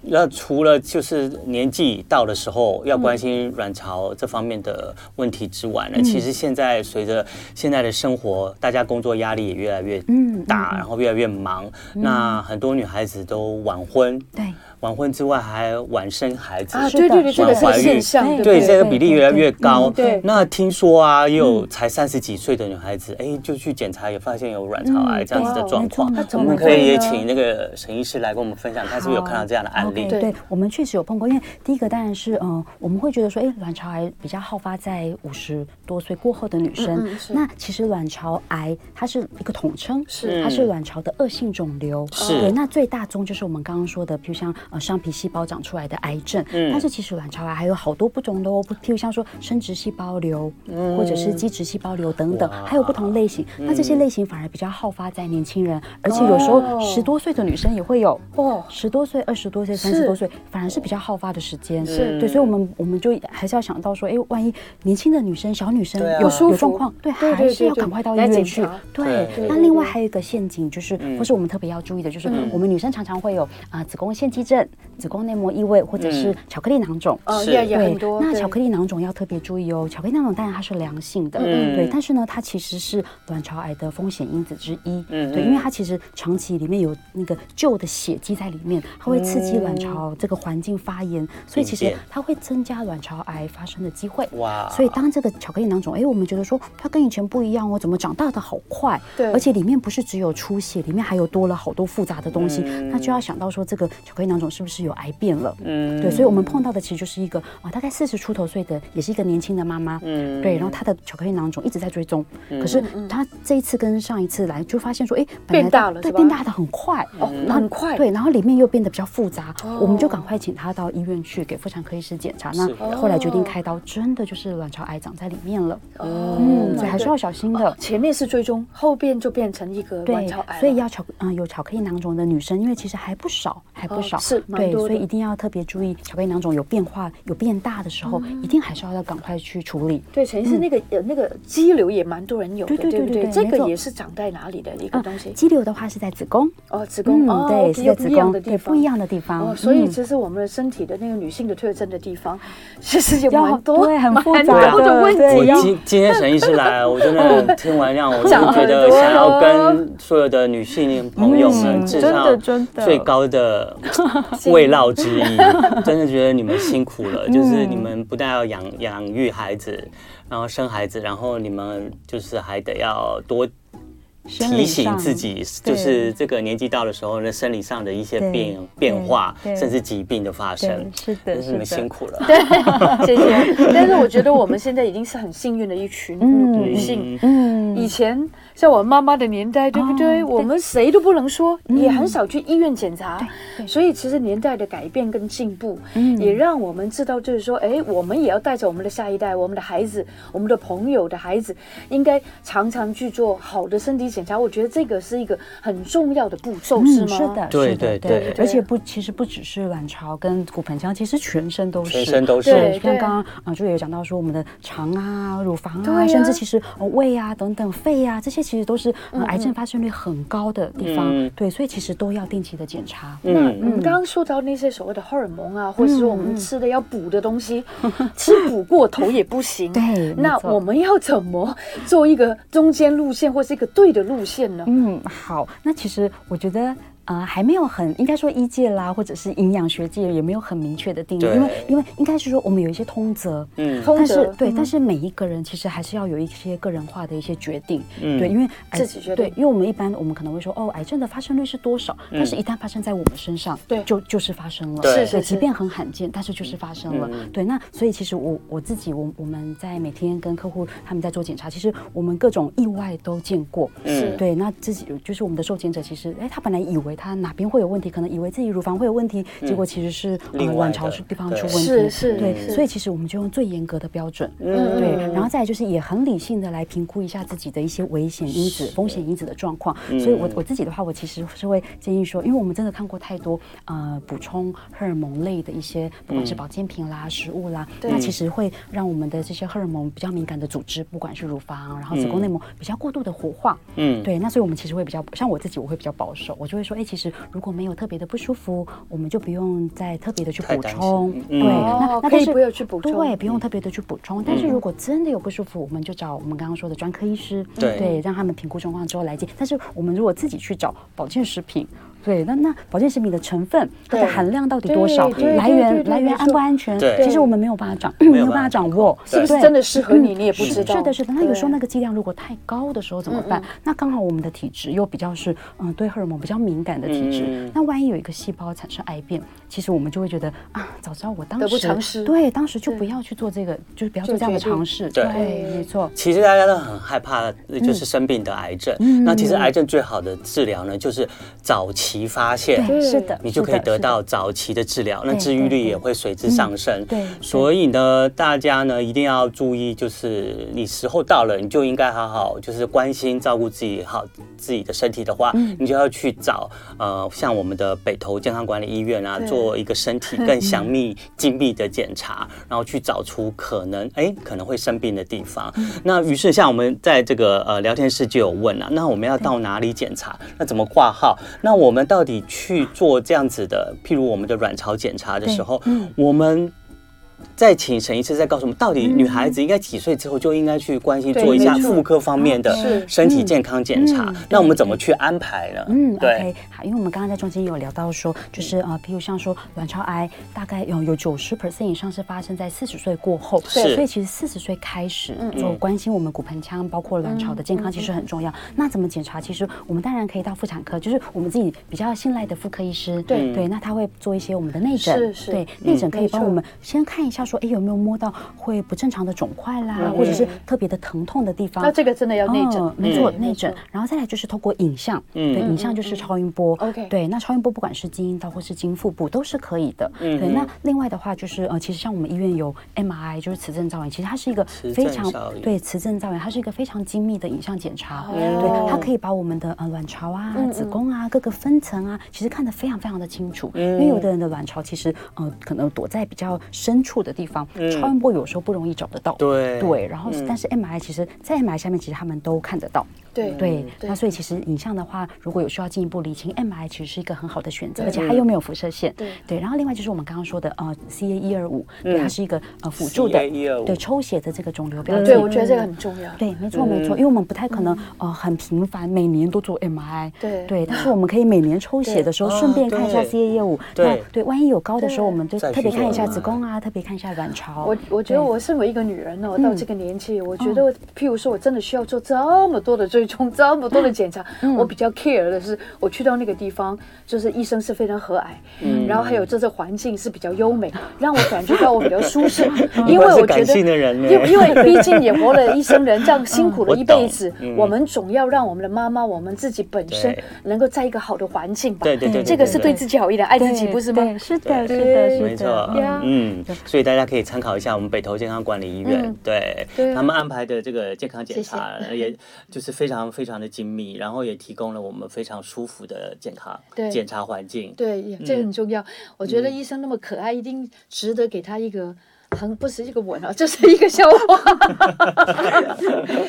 [SPEAKER 3] 那除了就是年纪到的时候
[SPEAKER 2] 嗯
[SPEAKER 3] 要关心卵巢这方面的问题之外呢，
[SPEAKER 2] 嗯
[SPEAKER 3] 其实现在随着现在的生活，大家工作压力也越来越
[SPEAKER 4] 嗯
[SPEAKER 3] 大，然后越来越忙，
[SPEAKER 2] 嗯
[SPEAKER 3] 那很多女孩子都晚婚，
[SPEAKER 4] 对，
[SPEAKER 3] 晚婚之外还晚生孩子，
[SPEAKER 2] 啊，
[SPEAKER 4] 是
[SPEAKER 2] 对
[SPEAKER 4] 的
[SPEAKER 2] 对对，这个是个
[SPEAKER 3] 怀孕
[SPEAKER 2] 现象，对不
[SPEAKER 3] 对，
[SPEAKER 2] 对？
[SPEAKER 3] 这个比例越来越高。
[SPEAKER 2] 对对嗯嗯对
[SPEAKER 3] 那听说啊，也有才三十几岁的女孩子，哎，就去检查也发现有卵巢癌
[SPEAKER 4] 嗯
[SPEAKER 3] 哎这样子的状况
[SPEAKER 4] 对没。
[SPEAKER 2] 错
[SPEAKER 3] 我们
[SPEAKER 2] 没错
[SPEAKER 3] 可以
[SPEAKER 2] 那
[SPEAKER 3] 也
[SPEAKER 2] 怎么
[SPEAKER 3] 请那个沈医师来跟我们分享，看是不是有看到这样的案例
[SPEAKER 4] OK，？
[SPEAKER 2] 对
[SPEAKER 4] 对，我们确实有碰过，因为第一个当然是，嗯、我们会觉得说，哎，卵巢癌比较好发在五十多岁过后的女生。
[SPEAKER 2] 嗯是
[SPEAKER 4] 那其实卵巢癌它是一个统称，
[SPEAKER 2] 是
[SPEAKER 4] 它是卵巢的恶性肿瘤。
[SPEAKER 3] 嗯是
[SPEAKER 4] 对，那最大宗就是我们刚刚说的，譬如像呃上皮细胞长出来的癌症。
[SPEAKER 3] 嗯
[SPEAKER 4] 但是其实卵巢癌还有好多不同的哦，不譬如像说生殖细胞瘤，或者是基质细胞瘤等等
[SPEAKER 3] 嗯哇，嗯
[SPEAKER 4] 还有不同类型。那这些类型反而比较好发在年轻人，而且有时
[SPEAKER 2] 哦
[SPEAKER 4] 候十多岁的女生也会有。
[SPEAKER 2] 哦，
[SPEAKER 4] 十多岁、二十多岁、三
[SPEAKER 2] 是
[SPEAKER 4] 十多岁，反而是比较好发的时间。
[SPEAKER 2] 是
[SPEAKER 4] 对，所以我们我们就还是要想到说，哎，万一年轻的女生、小女生
[SPEAKER 3] 对啊
[SPEAKER 4] 有
[SPEAKER 2] 舒服
[SPEAKER 4] 有状况，对，
[SPEAKER 2] 对对
[SPEAKER 4] 还是要
[SPEAKER 2] 对
[SPEAKER 4] 赶快到医
[SPEAKER 2] 来检
[SPEAKER 4] 院去
[SPEAKER 2] 查。
[SPEAKER 4] 对
[SPEAKER 3] 对，
[SPEAKER 4] 那另外还有一个陷阱就是
[SPEAKER 3] 嗯，
[SPEAKER 4] 或是我们特别要注意的，就是
[SPEAKER 2] 嗯
[SPEAKER 4] 我们女生常常会有啊子宫腺肌症、子宫内膜异位，或者是
[SPEAKER 3] 嗯
[SPEAKER 4] 巧克力囊肿。
[SPEAKER 2] 哦，
[SPEAKER 3] 是
[SPEAKER 2] 也也
[SPEAKER 4] 对，
[SPEAKER 2] 很多。
[SPEAKER 4] 那
[SPEAKER 2] 对
[SPEAKER 4] 巧克力囊肿要特别注意哦。巧克力囊肿当然它是良性的，
[SPEAKER 3] 嗯
[SPEAKER 4] 对，但是呢，它其实是卵巢癌的风险因子之一。
[SPEAKER 3] 嗯
[SPEAKER 4] 对，
[SPEAKER 3] 嗯
[SPEAKER 4] 因为它其实长期里面有那个旧的血迹在里面，它会刺激卵巢这个环境发炎，所以其
[SPEAKER 3] 病
[SPEAKER 4] 实
[SPEAKER 3] 变
[SPEAKER 4] 它会增加卵巢癌发生的机会。
[SPEAKER 3] 哇
[SPEAKER 4] 所以当这个巧克力囊肿，哎，我们觉得说它跟以前不一样哦，怎么长大的好快？
[SPEAKER 2] 对
[SPEAKER 4] 而且里面不是只有出血，里面还有多了好多复杂的东西，
[SPEAKER 2] 嗯
[SPEAKER 4] 那就要想到说这个巧克力囊肿是不是有癌变了？
[SPEAKER 3] 嗯
[SPEAKER 4] 对，所以我们碰到的其实就是一个啊，大概四十出头岁的，也是一个年轻的妈妈，
[SPEAKER 3] 嗯
[SPEAKER 4] 对，然后她的巧克力囊肿一直在追踪，
[SPEAKER 2] 嗯
[SPEAKER 4] 可是她这一次跟上一次来就发现说，哎，本来
[SPEAKER 2] 变大了
[SPEAKER 4] 对，
[SPEAKER 2] 是吧
[SPEAKER 4] 变大的很快，
[SPEAKER 2] 哦
[SPEAKER 4] 然后
[SPEAKER 2] 很快
[SPEAKER 4] 嗯
[SPEAKER 2] 哦
[SPEAKER 4] 对，然后里面又变得比较复杂，我们就赶快请她到医院去给妇产科医师检查，那
[SPEAKER 3] 是的
[SPEAKER 4] 后来决定开刀，真的就是卵巢癌长在里面了，
[SPEAKER 2] 哦
[SPEAKER 4] 嗯，所以
[SPEAKER 2] 对
[SPEAKER 4] 还是要小心的。
[SPEAKER 2] 哦前面是追踪，后边就变成一个卵
[SPEAKER 4] 对
[SPEAKER 2] 巢癌，了，
[SPEAKER 4] 所以要巧嗯、有巧克力囊肿的女生，因为其实还不少，还
[SPEAKER 2] 哦
[SPEAKER 4] 不少，
[SPEAKER 2] 是蛮
[SPEAKER 4] 对，
[SPEAKER 2] 多
[SPEAKER 4] 所以
[SPEAKER 2] 的
[SPEAKER 4] 一定要特别注意巧克力囊肿有变化、有变大的时候，一定还是要要赶快去处理。
[SPEAKER 2] 对陈医生那个呃那个肌瘤也蛮多人有的，
[SPEAKER 4] 嗯对对
[SPEAKER 2] 对不对？
[SPEAKER 4] 对对
[SPEAKER 2] 这
[SPEAKER 4] 没
[SPEAKER 2] 个
[SPEAKER 4] 错
[SPEAKER 2] 也是长在哪里的一个
[SPEAKER 4] 啊
[SPEAKER 2] 东西？
[SPEAKER 4] 肌瘤的话是在子宫，
[SPEAKER 2] 哦，子宫，哦，
[SPEAKER 4] 嗯对，是在
[SPEAKER 2] 不
[SPEAKER 4] 子
[SPEAKER 2] 一样的
[SPEAKER 4] 宫，
[SPEAKER 2] 地
[SPEAKER 4] 对，
[SPEAKER 2] 方，
[SPEAKER 4] 不一样的地方，
[SPEAKER 2] 哦，所以
[SPEAKER 4] 嗯
[SPEAKER 2] 这是我们的身体的那个女性的特征的地方，其实也
[SPEAKER 4] 要
[SPEAKER 2] 蛮多，
[SPEAKER 4] 对很复
[SPEAKER 2] 蛮
[SPEAKER 4] 杂
[SPEAKER 2] 多的
[SPEAKER 4] 的
[SPEAKER 2] 问题。
[SPEAKER 4] 对，
[SPEAKER 3] 我
[SPEAKER 4] 要嗯
[SPEAKER 3] 今今天沈医师来，我 真的听完让我就
[SPEAKER 2] 讲
[SPEAKER 3] 觉
[SPEAKER 2] 很
[SPEAKER 3] 得
[SPEAKER 2] 多
[SPEAKER 3] 想要跟所有的女性朋友们
[SPEAKER 5] 嗯
[SPEAKER 3] 致
[SPEAKER 5] 真的
[SPEAKER 3] 上
[SPEAKER 5] 真的
[SPEAKER 3] 最高 的慰劳之一，真的觉得你们辛苦了，
[SPEAKER 4] 嗯
[SPEAKER 3] 就是你们不但要养养育孩子，然后生孩子，然后你们就是还得要多。
[SPEAKER 2] 嗯
[SPEAKER 4] 生
[SPEAKER 3] 提
[SPEAKER 4] 理
[SPEAKER 3] 醒
[SPEAKER 4] 上
[SPEAKER 3] 自己，
[SPEAKER 4] 对
[SPEAKER 3] 就是这个年纪到的时候呢，生理上的一些
[SPEAKER 4] 对
[SPEAKER 3] 变
[SPEAKER 4] 对
[SPEAKER 3] 变化，
[SPEAKER 4] 对
[SPEAKER 3] 甚至疾病的发生
[SPEAKER 4] 对，是的
[SPEAKER 3] 真是你们
[SPEAKER 4] 是的
[SPEAKER 3] 辛苦了。
[SPEAKER 2] 对， 谢谢。但是我觉得我们现在已经是很幸运的一群
[SPEAKER 4] 嗯
[SPEAKER 2] 女性。
[SPEAKER 4] 嗯
[SPEAKER 2] 以前像我妈妈的年代，对不对？
[SPEAKER 4] 哦
[SPEAKER 2] 我们谁都不能说，也很少去医院检
[SPEAKER 4] 嗯
[SPEAKER 2] 查，所以其实年代的改变跟进步，也让我们知道，就是说，哎，我们也要带着我们的下一代、我们的孩子、我们的朋友的孩子，应该常常去做好的身体检查。我觉得这个是一个很重要的步骤，是吗？
[SPEAKER 4] 嗯是的，
[SPEAKER 3] 对
[SPEAKER 4] 是
[SPEAKER 3] 对
[SPEAKER 4] 的
[SPEAKER 3] 对
[SPEAKER 4] 而且不，其实不只是卵巢跟骨盆腔，其实全身都是，
[SPEAKER 3] 全身都是
[SPEAKER 2] 对
[SPEAKER 4] 对，就像
[SPEAKER 2] 对
[SPEAKER 4] 刚刚啊，呃朱也有讲到说，我们的肠啊、乳房
[SPEAKER 2] 对
[SPEAKER 4] 啊，
[SPEAKER 2] 呀
[SPEAKER 4] 甚至其实呃胃啊等等、肺啊，这些其实都是呃癌
[SPEAKER 2] 嗯
[SPEAKER 4] 症发生率很高的地
[SPEAKER 3] 嗯
[SPEAKER 4] 方，对，所以其实都要定期的检查。
[SPEAKER 3] 嗯，
[SPEAKER 2] 嗯，刚刚说到那些所谓的荷尔蒙
[SPEAKER 4] 嗯
[SPEAKER 2] 啊，或者说我们吃的要补的东西， 吃补过头也不行。
[SPEAKER 4] 对没
[SPEAKER 2] 那
[SPEAKER 4] 错
[SPEAKER 2] 我们要怎么做一个中间路线，或是一个对的
[SPEAKER 6] 的路线呢？
[SPEAKER 4] 嗯，好，那其实我觉得。呃，还没有很应该说医界啦，或者是营养学界也没有很明确的定义，
[SPEAKER 3] 对
[SPEAKER 4] 因为因为应该是说我们有一些通则，
[SPEAKER 3] 嗯
[SPEAKER 6] 通
[SPEAKER 4] 但是
[SPEAKER 6] 则
[SPEAKER 4] 对，但是每一个人其实还是要有一些个人化的一些决定，
[SPEAKER 3] 嗯
[SPEAKER 4] 对，因为癌
[SPEAKER 6] 自己决定
[SPEAKER 4] 对，因为我们一般我们可能会说哦，癌症的发生率是多少，但是一旦发生在我们身上，
[SPEAKER 6] 对
[SPEAKER 4] 就就是发生了，
[SPEAKER 3] 嗯对是
[SPEAKER 6] 是是
[SPEAKER 4] 即便很罕见，但是就是发生了，
[SPEAKER 3] 嗯
[SPEAKER 4] 对，那所以其实我我自己，我我们在每天跟客户他们在做检查，其实我们各种意外都见过，
[SPEAKER 3] 嗯
[SPEAKER 4] 对，那自己就是我们的受检者，其实哎，他本来以为他哪边会有问题，可能以为自己乳房会有问题，
[SPEAKER 3] 嗯
[SPEAKER 4] 结果其实是呃
[SPEAKER 3] 另外
[SPEAKER 4] 卵
[SPEAKER 3] 的
[SPEAKER 4] 巢是地方
[SPEAKER 3] 对
[SPEAKER 4] 出问题，
[SPEAKER 6] 是是，
[SPEAKER 4] 对，
[SPEAKER 6] 是
[SPEAKER 4] 所以其实我们就用最严格的标准，
[SPEAKER 3] 嗯
[SPEAKER 4] 对，然后再来就是也很理性的来评估一下自己的一些危险因子、风险因子的状况。所以我我自己的话，我其实是会建议说，因为我们真的看过太多呃补充荷尔蒙类的一些，不管是保健品啦、食物啦，那其实会让我们的这些荷尔蒙比较敏感的组织，不管是乳房，然后子宫内膜比较过度的活化，
[SPEAKER 3] 嗯，
[SPEAKER 4] 对，那所以我们其实会比较，像我自己，我会比较保守，我就会说，哎、其实如果没有特别的不舒服，我们就不用再特别的去
[SPEAKER 3] 太
[SPEAKER 4] 补
[SPEAKER 3] 担心
[SPEAKER 4] 充。
[SPEAKER 3] 嗯
[SPEAKER 4] 对，
[SPEAKER 6] 哦
[SPEAKER 4] 那那
[SPEAKER 6] 可
[SPEAKER 4] 但
[SPEAKER 6] 以
[SPEAKER 4] 是
[SPEAKER 6] 不要去补充
[SPEAKER 4] 对，不用特别的去补充。但是
[SPEAKER 6] 嗯
[SPEAKER 4] 如果真的有不舒服，我们就找我们刚刚说的专科医师，
[SPEAKER 3] 对
[SPEAKER 4] 让他们评估状况之后来接。但是我们如果自己去找保健食品。对，那那保健食品的成分它的
[SPEAKER 6] 对
[SPEAKER 4] 含量到底多少
[SPEAKER 6] 对对？对
[SPEAKER 4] 来
[SPEAKER 6] 对
[SPEAKER 4] 源
[SPEAKER 6] 对
[SPEAKER 4] 来源
[SPEAKER 6] 没
[SPEAKER 4] 安不
[SPEAKER 6] 错
[SPEAKER 4] 安全？
[SPEAKER 3] 对
[SPEAKER 4] 其实我们没有办法掌没有办法掌握，
[SPEAKER 6] 是不是
[SPEAKER 4] 对
[SPEAKER 6] 真的适合你，你也不知
[SPEAKER 4] 是
[SPEAKER 6] 道。
[SPEAKER 4] 是的，是的。那有时候
[SPEAKER 6] 对嗯
[SPEAKER 4] 那个剂量如果太高的时候怎么办？那刚好我们的体质又比较是嗯、对荷尔蒙比较敏感的体质，
[SPEAKER 3] 嗯
[SPEAKER 4] 那万一有一个细胞产生癌变，其实我们就会觉得啊，早知道我当时
[SPEAKER 6] 得不偿失
[SPEAKER 4] 对，当时就不要去做这个，就是不要做这样的尝试。
[SPEAKER 3] 对
[SPEAKER 4] 没错。
[SPEAKER 3] 其实大家都很害怕，就是
[SPEAKER 4] 嗯
[SPEAKER 3] 生病的癌症。那其实癌症最好的治疗呢，就是早期发现。
[SPEAKER 4] 对，是的，
[SPEAKER 3] 你就可以
[SPEAKER 4] 是的
[SPEAKER 3] 得到早期的治疗，那
[SPEAKER 4] 对
[SPEAKER 3] 治愈率
[SPEAKER 4] 对嗯
[SPEAKER 3] 也会随之上升。
[SPEAKER 4] 对对
[SPEAKER 3] 所以呢，大家呢一定要注意，就是你时候到了，你就应该好好就是关心照顾自己好自己的身体的话，
[SPEAKER 4] 嗯
[SPEAKER 3] 你就要去找呃像我们的北投健康管理医院啊，做一个身体更详密、精密的检查，
[SPEAKER 4] 嗯
[SPEAKER 3] 然后去找出可能哎可能会生病的地方。
[SPEAKER 4] 嗯
[SPEAKER 3] 那于是像我们在这个呃聊天室就有问啊，那我们要到哪里检查？那怎么挂号？那我们到底去做这样子的，譬如我们的卵巢检查的时候，
[SPEAKER 4] 嗯
[SPEAKER 3] 我们。再请沈医师再告诉我们，到
[SPEAKER 4] 嗯
[SPEAKER 3] 底女孩子应该几岁之后就应该去关心
[SPEAKER 6] 对
[SPEAKER 3] 做一下
[SPEAKER 6] 没错
[SPEAKER 3] 妇科方面的
[SPEAKER 6] 是
[SPEAKER 3] 身体健康检查
[SPEAKER 4] 嗯？
[SPEAKER 3] 那我们怎么去安排呢？
[SPEAKER 4] 嗯
[SPEAKER 3] 对
[SPEAKER 4] ，OK，，好，因为我们刚刚在中间也有聊到说，就是呃，譬如像说卵巢癌，大概有有九十 percent 以上是发生在四十岁过后，
[SPEAKER 3] 是
[SPEAKER 4] 所以其实四十岁开始
[SPEAKER 6] 嗯
[SPEAKER 4] 就关心我们骨盆腔，包括卵巢的健康，其实很重要。那怎么检查？其实我们当然可以到妇产科，就是我们自己比较信赖的妇科医师，
[SPEAKER 6] 对
[SPEAKER 4] 对，那他会做一些我们的内诊
[SPEAKER 6] 是，是嗯
[SPEAKER 4] 对，内诊可以
[SPEAKER 6] 没错
[SPEAKER 4] 帮我们先看一下说，哎，有没有摸到会不正常的肿块啦，或者是特别的疼痛的地方
[SPEAKER 6] 嗯那。这个真的要内诊
[SPEAKER 4] 嗯，没错，
[SPEAKER 6] 对
[SPEAKER 4] 内诊，然后再来就是透过影像，
[SPEAKER 3] 嗯
[SPEAKER 4] 对，影像就是超音波
[SPEAKER 6] OK
[SPEAKER 4] 对，那超音波不管是基因刀或是经腹部都是可以的，
[SPEAKER 3] 嗯
[SPEAKER 4] 对。那另外的话就是呃，其实像我们医院有 MRI，就是磁振造影，其实它是一个
[SPEAKER 3] 磁
[SPEAKER 4] 非
[SPEAKER 3] 振
[SPEAKER 4] 常
[SPEAKER 3] 造影
[SPEAKER 4] 对磁振造影，它是一个非常精密的影像检查，
[SPEAKER 2] 嗯
[SPEAKER 6] 哦
[SPEAKER 4] 对，它可以把我们的呃卵巢啊、
[SPEAKER 3] 嗯
[SPEAKER 4] 子宫啊各个分层啊，其实看得非常非常的清楚，
[SPEAKER 3] 嗯
[SPEAKER 4] 因为有的人的卵巢其实呃可能躲在比较深处的地方，超音波有时候不容易找得到，
[SPEAKER 3] 嗯对嗯
[SPEAKER 4] 对，然后是但是 MRI 其实，在 MRI 下面其实他们都看得到。
[SPEAKER 6] 对
[SPEAKER 4] 对，
[SPEAKER 6] 嗯对
[SPEAKER 4] 那所以其实影像的话，如果有需要进一步理清，MRI 其实是一个很好的选择，
[SPEAKER 6] 对
[SPEAKER 4] 而且它又没有辐射线。
[SPEAKER 6] 对嗯
[SPEAKER 4] 然后另外就是我们刚刚说的呃 CA 一二五，对，它是一个呃辅助的
[SPEAKER 3] CA125
[SPEAKER 4] 对抽血的这个肿瘤标记。
[SPEAKER 6] 嗯
[SPEAKER 4] 嗯
[SPEAKER 6] 对，我觉得这个很嗯重要。
[SPEAKER 4] 对，没错没错，因为我们不太可能呃很频繁每年都做 MRI，
[SPEAKER 6] 对
[SPEAKER 4] 对，但是我们可以每年抽血的时候
[SPEAKER 3] 对
[SPEAKER 4] 顺便看一下
[SPEAKER 3] 啊
[SPEAKER 4] CA 业务，
[SPEAKER 3] 对
[SPEAKER 4] 那对，万一有高的时候，
[SPEAKER 6] 对
[SPEAKER 4] 我们就
[SPEAKER 3] 再去
[SPEAKER 4] 特别看一下
[SPEAKER 3] 做
[SPEAKER 4] 子宫啊，特别看一下卵巢。
[SPEAKER 6] 嗯我我觉得
[SPEAKER 4] 对
[SPEAKER 6] 我身为一个女人呢，我
[SPEAKER 3] 嗯
[SPEAKER 6] 到这个年纪，我觉得我，譬如说我真的需要做这么多的追踪， 这么多的检查，
[SPEAKER 3] 嗯
[SPEAKER 6] 我比较 care 的是，我去到那个地方，就是医生是非常和
[SPEAKER 3] 嗯
[SPEAKER 6] 蔼，然后还有这个环境是比较优 美，让我感觉到我比较舒适，因为
[SPEAKER 3] 我是
[SPEAKER 6] 我觉
[SPEAKER 3] 感
[SPEAKER 6] 得，
[SPEAKER 3] 性的
[SPEAKER 6] 因
[SPEAKER 3] 人呢，
[SPEAKER 6] 为因 为毕竟也活了一生人，这样辛苦了
[SPEAKER 3] 我
[SPEAKER 6] 一辈
[SPEAKER 3] 懂
[SPEAKER 6] 子
[SPEAKER 3] 嗯，
[SPEAKER 6] 我们总要让我们的妈妈，我们自己本身
[SPEAKER 3] 对
[SPEAKER 6] 能够在一个好的环境吧，
[SPEAKER 3] 对对对，
[SPEAKER 6] 这个是对自己好一点，爱自己
[SPEAKER 4] 对
[SPEAKER 6] 不是吗？
[SPEAKER 4] 对是的，
[SPEAKER 3] 对
[SPEAKER 4] 是的，
[SPEAKER 3] 没
[SPEAKER 4] 是
[SPEAKER 3] 错
[SPEAKER 4] 的，，
[SPEAKER 3] 嗯，所以大家可以参考一下我们北投健康管理医院，对
[SPEAKER 6] 对啊
[SPEAKER 3] 他们安排的这个健康检查，也就是非常非常的精密，然后也提供了我们非常舒服的健康
[SPEAKER 6] 对
[SPEAKER 3] 检查环境。
[SPEAKER 6] 对，也这个
[SPEAKER 3] 嗯
[SPEAKER 6] 很重要。我觉得医生那么可爱，一定值得给他一个很不是一个 吻啊，这是一个笑 话，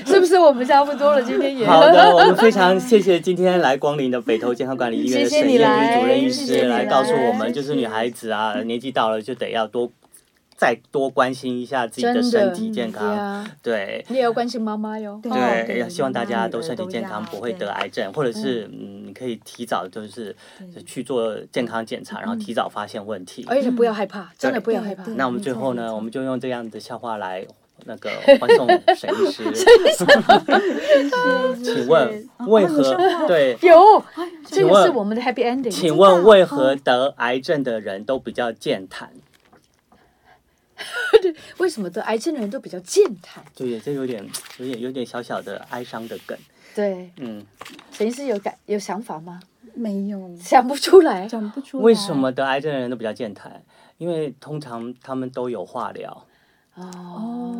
[SPEAKER 6] 是不是？我们差不多了，今天也。
[SPEAKER 3] 好的，我们非常谢谢今天来光临的北投健康管理医院的
[SPEAKER 6] 谢谢
[SPEAKER 3] 沈
[SPEAKER 6] 你
[SPEAKER 3] 燕
[SPEAKER 6] 来
[SPEAKER 3] 玉主任医
[SPEAKER 6] 谢谢
[SPEAKER 3] 师
[SPEAKER 6] 你
[SPEAKER 3] 来
[SPEAKER 6] 来
[SPEAKER 3] 告诉我们，就是女孩子啊，年纪到了就得要多。再多关心一下自己的
[SPEAKER 2] 真的
[SPEAKER 3] 身体健
[SPEAKER 6] 嗯啊
[SPEAKER 3] 康。
[SPEAKER 2] 呀，
[SPEAKER 3] 对
[SPEAKER 2] 你也要关心妈妈哟。
[SPEAKER 4] 对
[SPEAKER 3] 对，
[SPEAKER 4] 对
[SPEAKER 3] 要希望大
[SPEAKER 4] 妈妈
[SPEAKER 3] 家
[SPEAKER 4] 女
[SPEAKER 3] 都
[SPEAKER 4] 儿
[SPEAKER 3] 身体
[SPEAKER 4] 都
[SPEAKER 3] 健康，
[SPEAKER 4] 要
[SPEAKER 3] 不会
[SPEAKER 4] 对
[SPEAKER 3] 得癌症，或者是嗯，你可以提早就是
[SPEAKER 4] 对嗯
[SPEAKER 3] 去做健康检查，然后提早发现问题。
[SPEAKER 2] 而且不要害怕，真的不要害怕。
[SPEAKER 4] 对
[SPEAKER 3] 那我们最后
[SPEAKER 4] 嗯没
[SPEAKER 3] 呢，
[SPEAKER 4] 错
[SPEAKER 3] 我们就用这样的笑话来那 个欢送沈医师。 请问
[SPEAKER 4] 嗯哦
[SPEAKER 3] 为何对？
[SPEAKER 2] 有，
[SPEAKER 4] 哎
[SPEAKER 2] 这
[SPEAKER 3] 请
[SPEAKER 2] 个是
[SPEAKER 3] 问
[SPEAKER 2] 我们的 happy ending。
[SPEAKER 3] 请问为
[SPEAKER 4] 哦
[SPEAKER 3] 何得癌症的人都比较健谈？
[SPEAKER 2] 为什么得癌症的人都比较健谈？
[SPEAKER 3] 就也这有点有点有点小小的哀伤的梗。
[SPEAKER 2] 对，
[SPEAKER 4] 啊
[SPEAKER 3] 嗯，
[SPEAKER 2] 沈医师有感有想法吗？
[SPEAKER 4] 没有
[SPEAKER 2] 想不出来。
[SPEAKER 4] 讲不出来
[SPEAKER 3] 为什么得癌症的人都比较健谈？因为通常他们都有化疗。
[SPEAKER 2] 哦
[SPEAKER 4] 哦，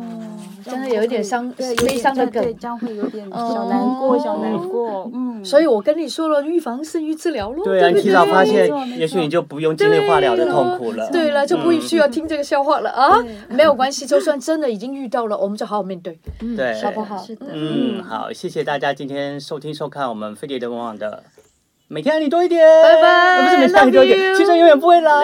[SPEAKER 2] 真的有一点伤
[SPEAKER 4] 对有
[SPEAKER 2] 悲
[SPEAKER 4] 点
[SPEAKER 2] 伤的
[SPEAKER 4] 对对
[SPEAKER 2] 梗
[SPEAKER 4] 这样会有点
[SPEAKER 2] 哦
[SPEAKER 4] 小难过，小难过，嗯，
[SPEAKER 2] 所以我跟你说了，预防胜于治疗咯。
[SPEAKER 3] 对啊，
[SPEAKER 2] 不哦
[SPEAKER 3] 你
[SPEAKER 2] 对
[SPEAKER 3] 提早发现
[SPEAKER 4] 没错没，错
[SPEAKER 3] 也许你就不用经历化疗的痛苦了。嗯
[SPEAKER 2] 对了，就不需要听这个笑话了啊！没有关系，就算真的已经遇到了，我们就好好面对，
[SPEAKER 3] 嗯对，
[SPEAKER 2] 好不好？
[SPEAKER 4] 是的
[SPEAKER 3] 嗯，好，谢谢大家今天收听收看我们飞碟的网网的。每天爱你多一点，
[SPEAKER 2] 拜拜
[SPEAKER 3] 呃不是每天爱你多一
[SPEAKER 2] love
[SPEAKER 3] 点，
[SPEAKER 2] you
[SPEAKER 3] 青春永远不会老。